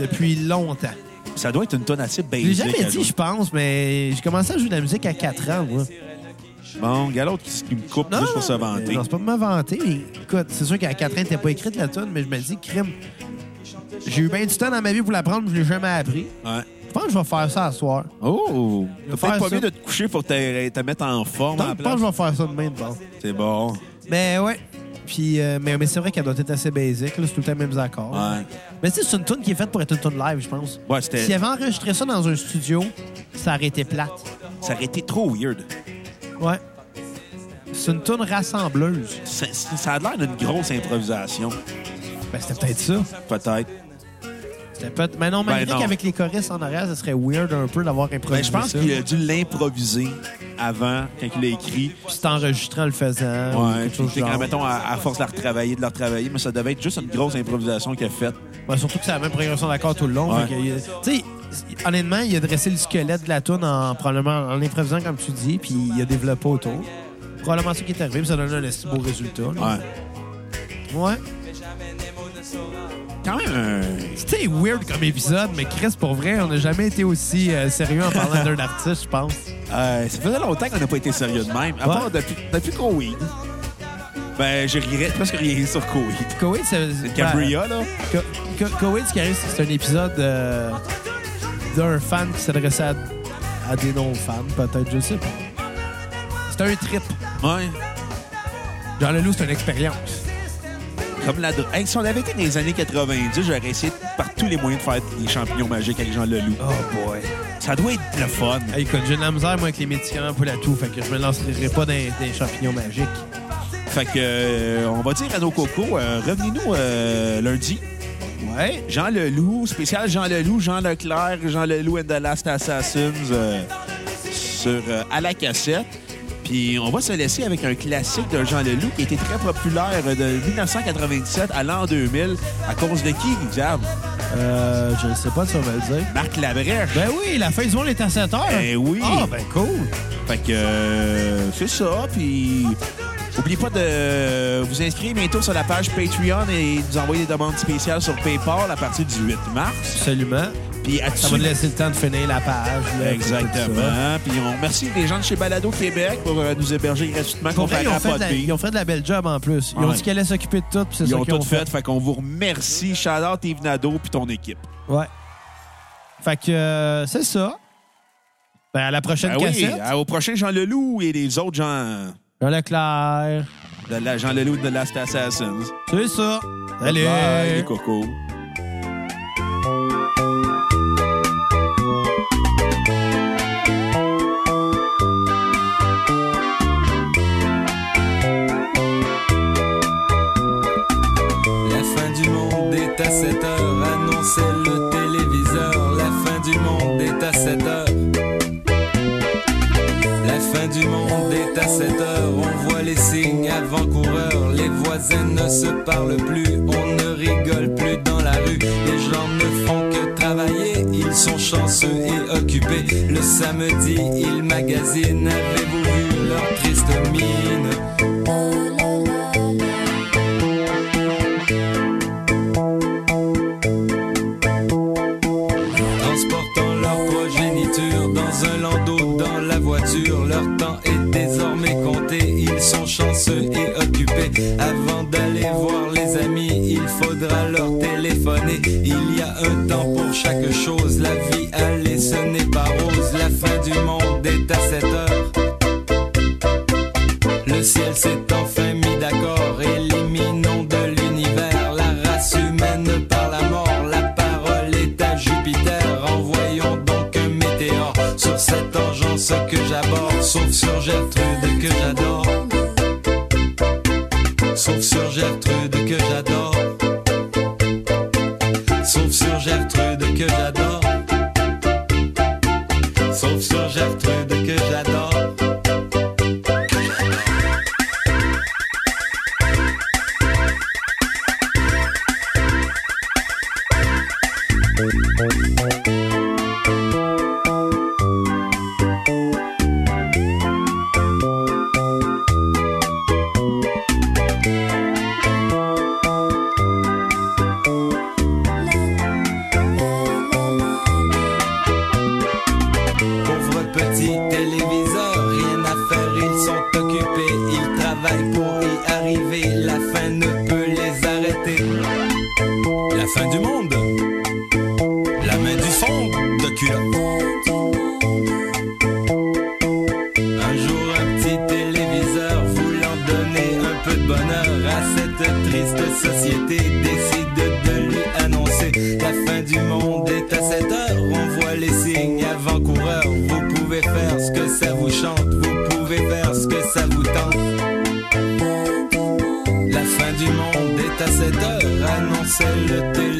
[SPEAKER 2] depuis longtemps.
[SPEAKER 1] ça doit être une tonne assez
[SPEAKER 2] Je l'ai
[SPEAKER 1] basic.
[SPEAKER 2] jamais
[SPEAKER 1] à
[SPEAKER 2] dit, je
[SPEAKER 1] jouer.
[SPEAKER 2] pense, mais j'ai commencé à jouer de la musique à 4 ans, moi.
[SPEAKER 1] Bon, gars, l'autre qui, qui me coupe juste pour se vanter.
[SPEAKER 2] Non, c'est pas pour me vanter. mais Écoute, c'est sûr qu'à 4 ans, t'es pas écrite la tune, mais je me dis, crime. J'ai eu bien du temps dans ma vie pour l'apprendre, mais je l'ai jamais appris.
[SPEAKER 1] Ouais.
[SPEAKER 2] Je pense que je vais faire ça à soir.
[SPEAKER 1] Oh!
[SPEAKER 2] Je
[SPEAKER 1] T'as
[SPEAKER 2] vais
[SPEAKER 1] peut-être
[SPEAKER 2] faire
[SPEAKER 1] pas
[SPEAKER 2] ça.
[SPEAKER 1] mieux de te coucher pour te, te mettre en forme. à la
[SPEAKER 2] Je pense
[SPEAKER 1] place.
[SPEAKER 2] que je vais faire ça demain, de bord.
[SPEAKER 1] C'est bon.
[SPEAKER 2] Mais ouais. Puis, euh, mais, mais c'est vrai qu'elle doit être assez basic, là, c'est tout le temps les mêmes accords.
[SPEAKER 1] Ouais.
[SPEAKER 2] Mais tu sais, c'est une tune qui est faite pour être une tune live, je pense.
[SPEAKER 1] Ouais,
[SPEAKER 2] S'il
[SPEAKER 1] c'était.
[SPEAKER 2] avait enregistré ça dans un studio, ça aurait été plate.
[SPEAKER 1] Ça aurait été trop weird.
[SPEAKER 2] Ouais. C'est une tune rassembleuse.
[SPEAKER 1] Ça, ça- ça a l'air d'une grosse improvisation.
[SPEAKER 2] Ben, c'était peut-être ça.
[SPEAKER 1] Peut-être.
[SPEAKER 2] C'était peut Mais non,
[SPEAKER 1] Ben,
[SPEAKER 2] malgré
[SPEAKER 1] non.
[SPEAKER 2] qu'avec les choristes en arrière, ça serait weird un peu d'avoir improvisé
[SPEAKER 1] Ben, je pense
[SPEAKER 2] ça.
[SPEAKER 1] qu'il a dû l'improviser avant, quand il l'a écrit.
[SPEAKER 2] Puis c'est enregistré en le faisant. ou
[SPEAKER 1] Ouais.
[SPEAKER 2] quelque chose
[SPEAKER 1] Puis,
[SPEAKER 2] du genre.
[SPEAKER 1] quand, mettons, à, à force de la retravailler, de la retravailler, mais ça devait être juste une grosse improvisation qu'il a faite.
[SPEAKER 2] Ouais, surtout que c'est la même progression d'accords tout le long.
[SPEAKER 1] Ouais.
[SPEAKER 2] fait que, euh, tu sais, honnêtement, il a dressé le squelette de la toune en probablement en l'improvisant comme tu dis, puis il a développé autour. Probablement ça qui est arrivé, puis ça donne un assez beau résultat. là.
[SPEAKER 1] Ouais.
[SPEAKER 2] Ouais.
[SPEAKER 1] Quand même un.
[SPEAKER 2] C'était weird comme épisode, mais Chris, pour vrai, on n'a jamais été aussi euh, sérieux en parlant d'un artiste, je pense.
[SPEAKER 1] Euh, ça faisait longtemps qu'on n'a pas été sérieux de même. À
[SPEAKER 2] Ouais.
[SPEAKER 1] part depuis, depuis Covid. Ben, je rirais presque rien sur Covid.
[SPEAKER 2] Koweït, c'est.
[SPEAKER 1] C'est Cabria, là.
[SPEAKER 2] Co- Co- Koweït, ce qui arrive, c'est que c'est un épisode euh, d'un fan qui s'adressait à, à des non-fans, peut-être, je sais pas. C'est un trip.
[SPEAKER 1] Ouais.
[SPEAKER 2] Jean Leloup, c'est une expérience.
[SPEAKER 1] Comme la dro- Hey, si on avait été dans les années 90, j'aurais essayé par tous les moyens de faire des champignons magiques avec Jean Leloup.
[SPEAKER 2] Oh boy.
[SPEAKER 1] Ça doit être le fun.
[SPEAKER 2] Hey, écoute, j'ai de la misère, moi, avec les médicaments pour la toux, fait que je me lancerai pas dans dans les champignons magiques.
[SPEAKER 1] Fait que, euh, on va dire à nos cocos, euh, revenez-nous euh, lundi.
[SPEAKER 2] Ouais.
[SPEAKER 1] Jean Leloup, spécial Jean Leloup, Jean Leclerc, Jean Leloup and the Last Assassins euh, sur euh, à la cassette. Puis on va se laisser avec un classique de Jean Leloup qui était très populaire de 1997 à l'an 2000 à cause de qui, Xav?
[SPEAKER 2] Euh, je sais pas si on va le dire.
[SPEAKER 1] Marc Labrèche.
[SPEAKER 2] Ben oui, la fin du monde est à 7 heures.
[SPEAKER 1] Eh oui.
[SPEAKER 2] Ah, ben cool.
[SPEAKER 1] Fait que euh, c'est ça. Puis oubliez pas de vous inscrire bientôt sur la page Patreon et nous envoyer des demandes spéciales sur PayPal à partir du 8 mars.
[SPEAKER 2] Absolument.
[SPEAKER 1] Puis à
[SPEAKER 2] Ça va te laisser le temps de finir la page. là, tout ça.
[SPEAKER 1] Exactement. Puis on remercie les gens de chez Balado Québec pour euh, nous héberger gratuitement
[SPEAKER 2] Pour vrai,
[SPEAKER 1] comparé
[SPEAKER 2] ils ont,
[SPEAKER 1] à
[SPEAKER 2] fait de la-
[SPEAKER 1] Podbean.
[SPEAKER 2] ils ont fait de la belle job en plus. Ils ont
[SPEAKER 1] Ouais.
[SPEAKER 2] dit qu'ils allaient s'occuper de tout, puis c'est
[SPEAKER 1] Ils
[SPEAKER 2] ça
[SPEAKER 1] ont
[SPEAKER 2] qu'ils ont
[SPEAKER 1] tout fait. Fait qu'on vous remercie. Shout-out Yves Nadeau puis ton équipe.
[SPEAKER 2] Ouais. Fait que euh, c'est ça. Ben, à la prochaine
[SPEAKER 1] Ah oui,
[SPEAKER 2] cassette.
[SPEAKER 1] à- au prochain Jean Leloup et les autres gens...
[SPEAKER 2] Jean Leclerc.
[SPEAKER 1] De la, Jean Leloup de Last Assassins.
[SPEAKER 2] C'est ça. Allez.
[SPEAKER 1] Bye, les cocos.
[SPEAKER 4] La fin du monde est à 7 heures, annonçait le téléviseur. La fin du monde est à 7 heures. La fin du monde est à 7 heures, on voit les signes avant-coureurs. Les voisins ne se parlent plus, on ne rigole plus dans la rue. Les gens ne font que travailler, ils sont chanceux et occupés. Le samedi, ils magasinent. Avez-vous vu leur triste mine? transportant leur progéniture dans un landau dans la voiture. Leur temps est désormais compté, ils sont chanceux et occupés. Avant d'aller voir les amis, il faudra leur téléphoner. Il y a un temps pour chaque chose, la vie allez, ce n'est pas rose. La fin du monde est à 7 heures. Le ciel s'est enfin mis d'accord, éliminons de l'univers la race humaine par la mort. La parole est à Jupiter, envoyons donc un météore sur cette engeance que j'aborde, sauf sur Gertrude que j'adore. Sauf sur Gertrude que j'adore. Sauf sur Gertrude que j'adore. Sauf sur Gertrude que j'adore. Pauvre petit téléviseur, rien à faire, ils sont occupés, ils travaillent pour y arriver, la fin ne peut les arrêter. La fin du monde, la main du fond de culotte. Un jour, un petit téléviseur voulant donner un peu de bonheur à cette triste société décide de lui annoncer la fin du monde est à 7 heures. On voit les signes avant-coureurs. Vous pouvez faire ce que ça vous chante, vous pouvez faire ce que ça vous tente. La fin du monde est à 7 heures, annonçait le téléphone.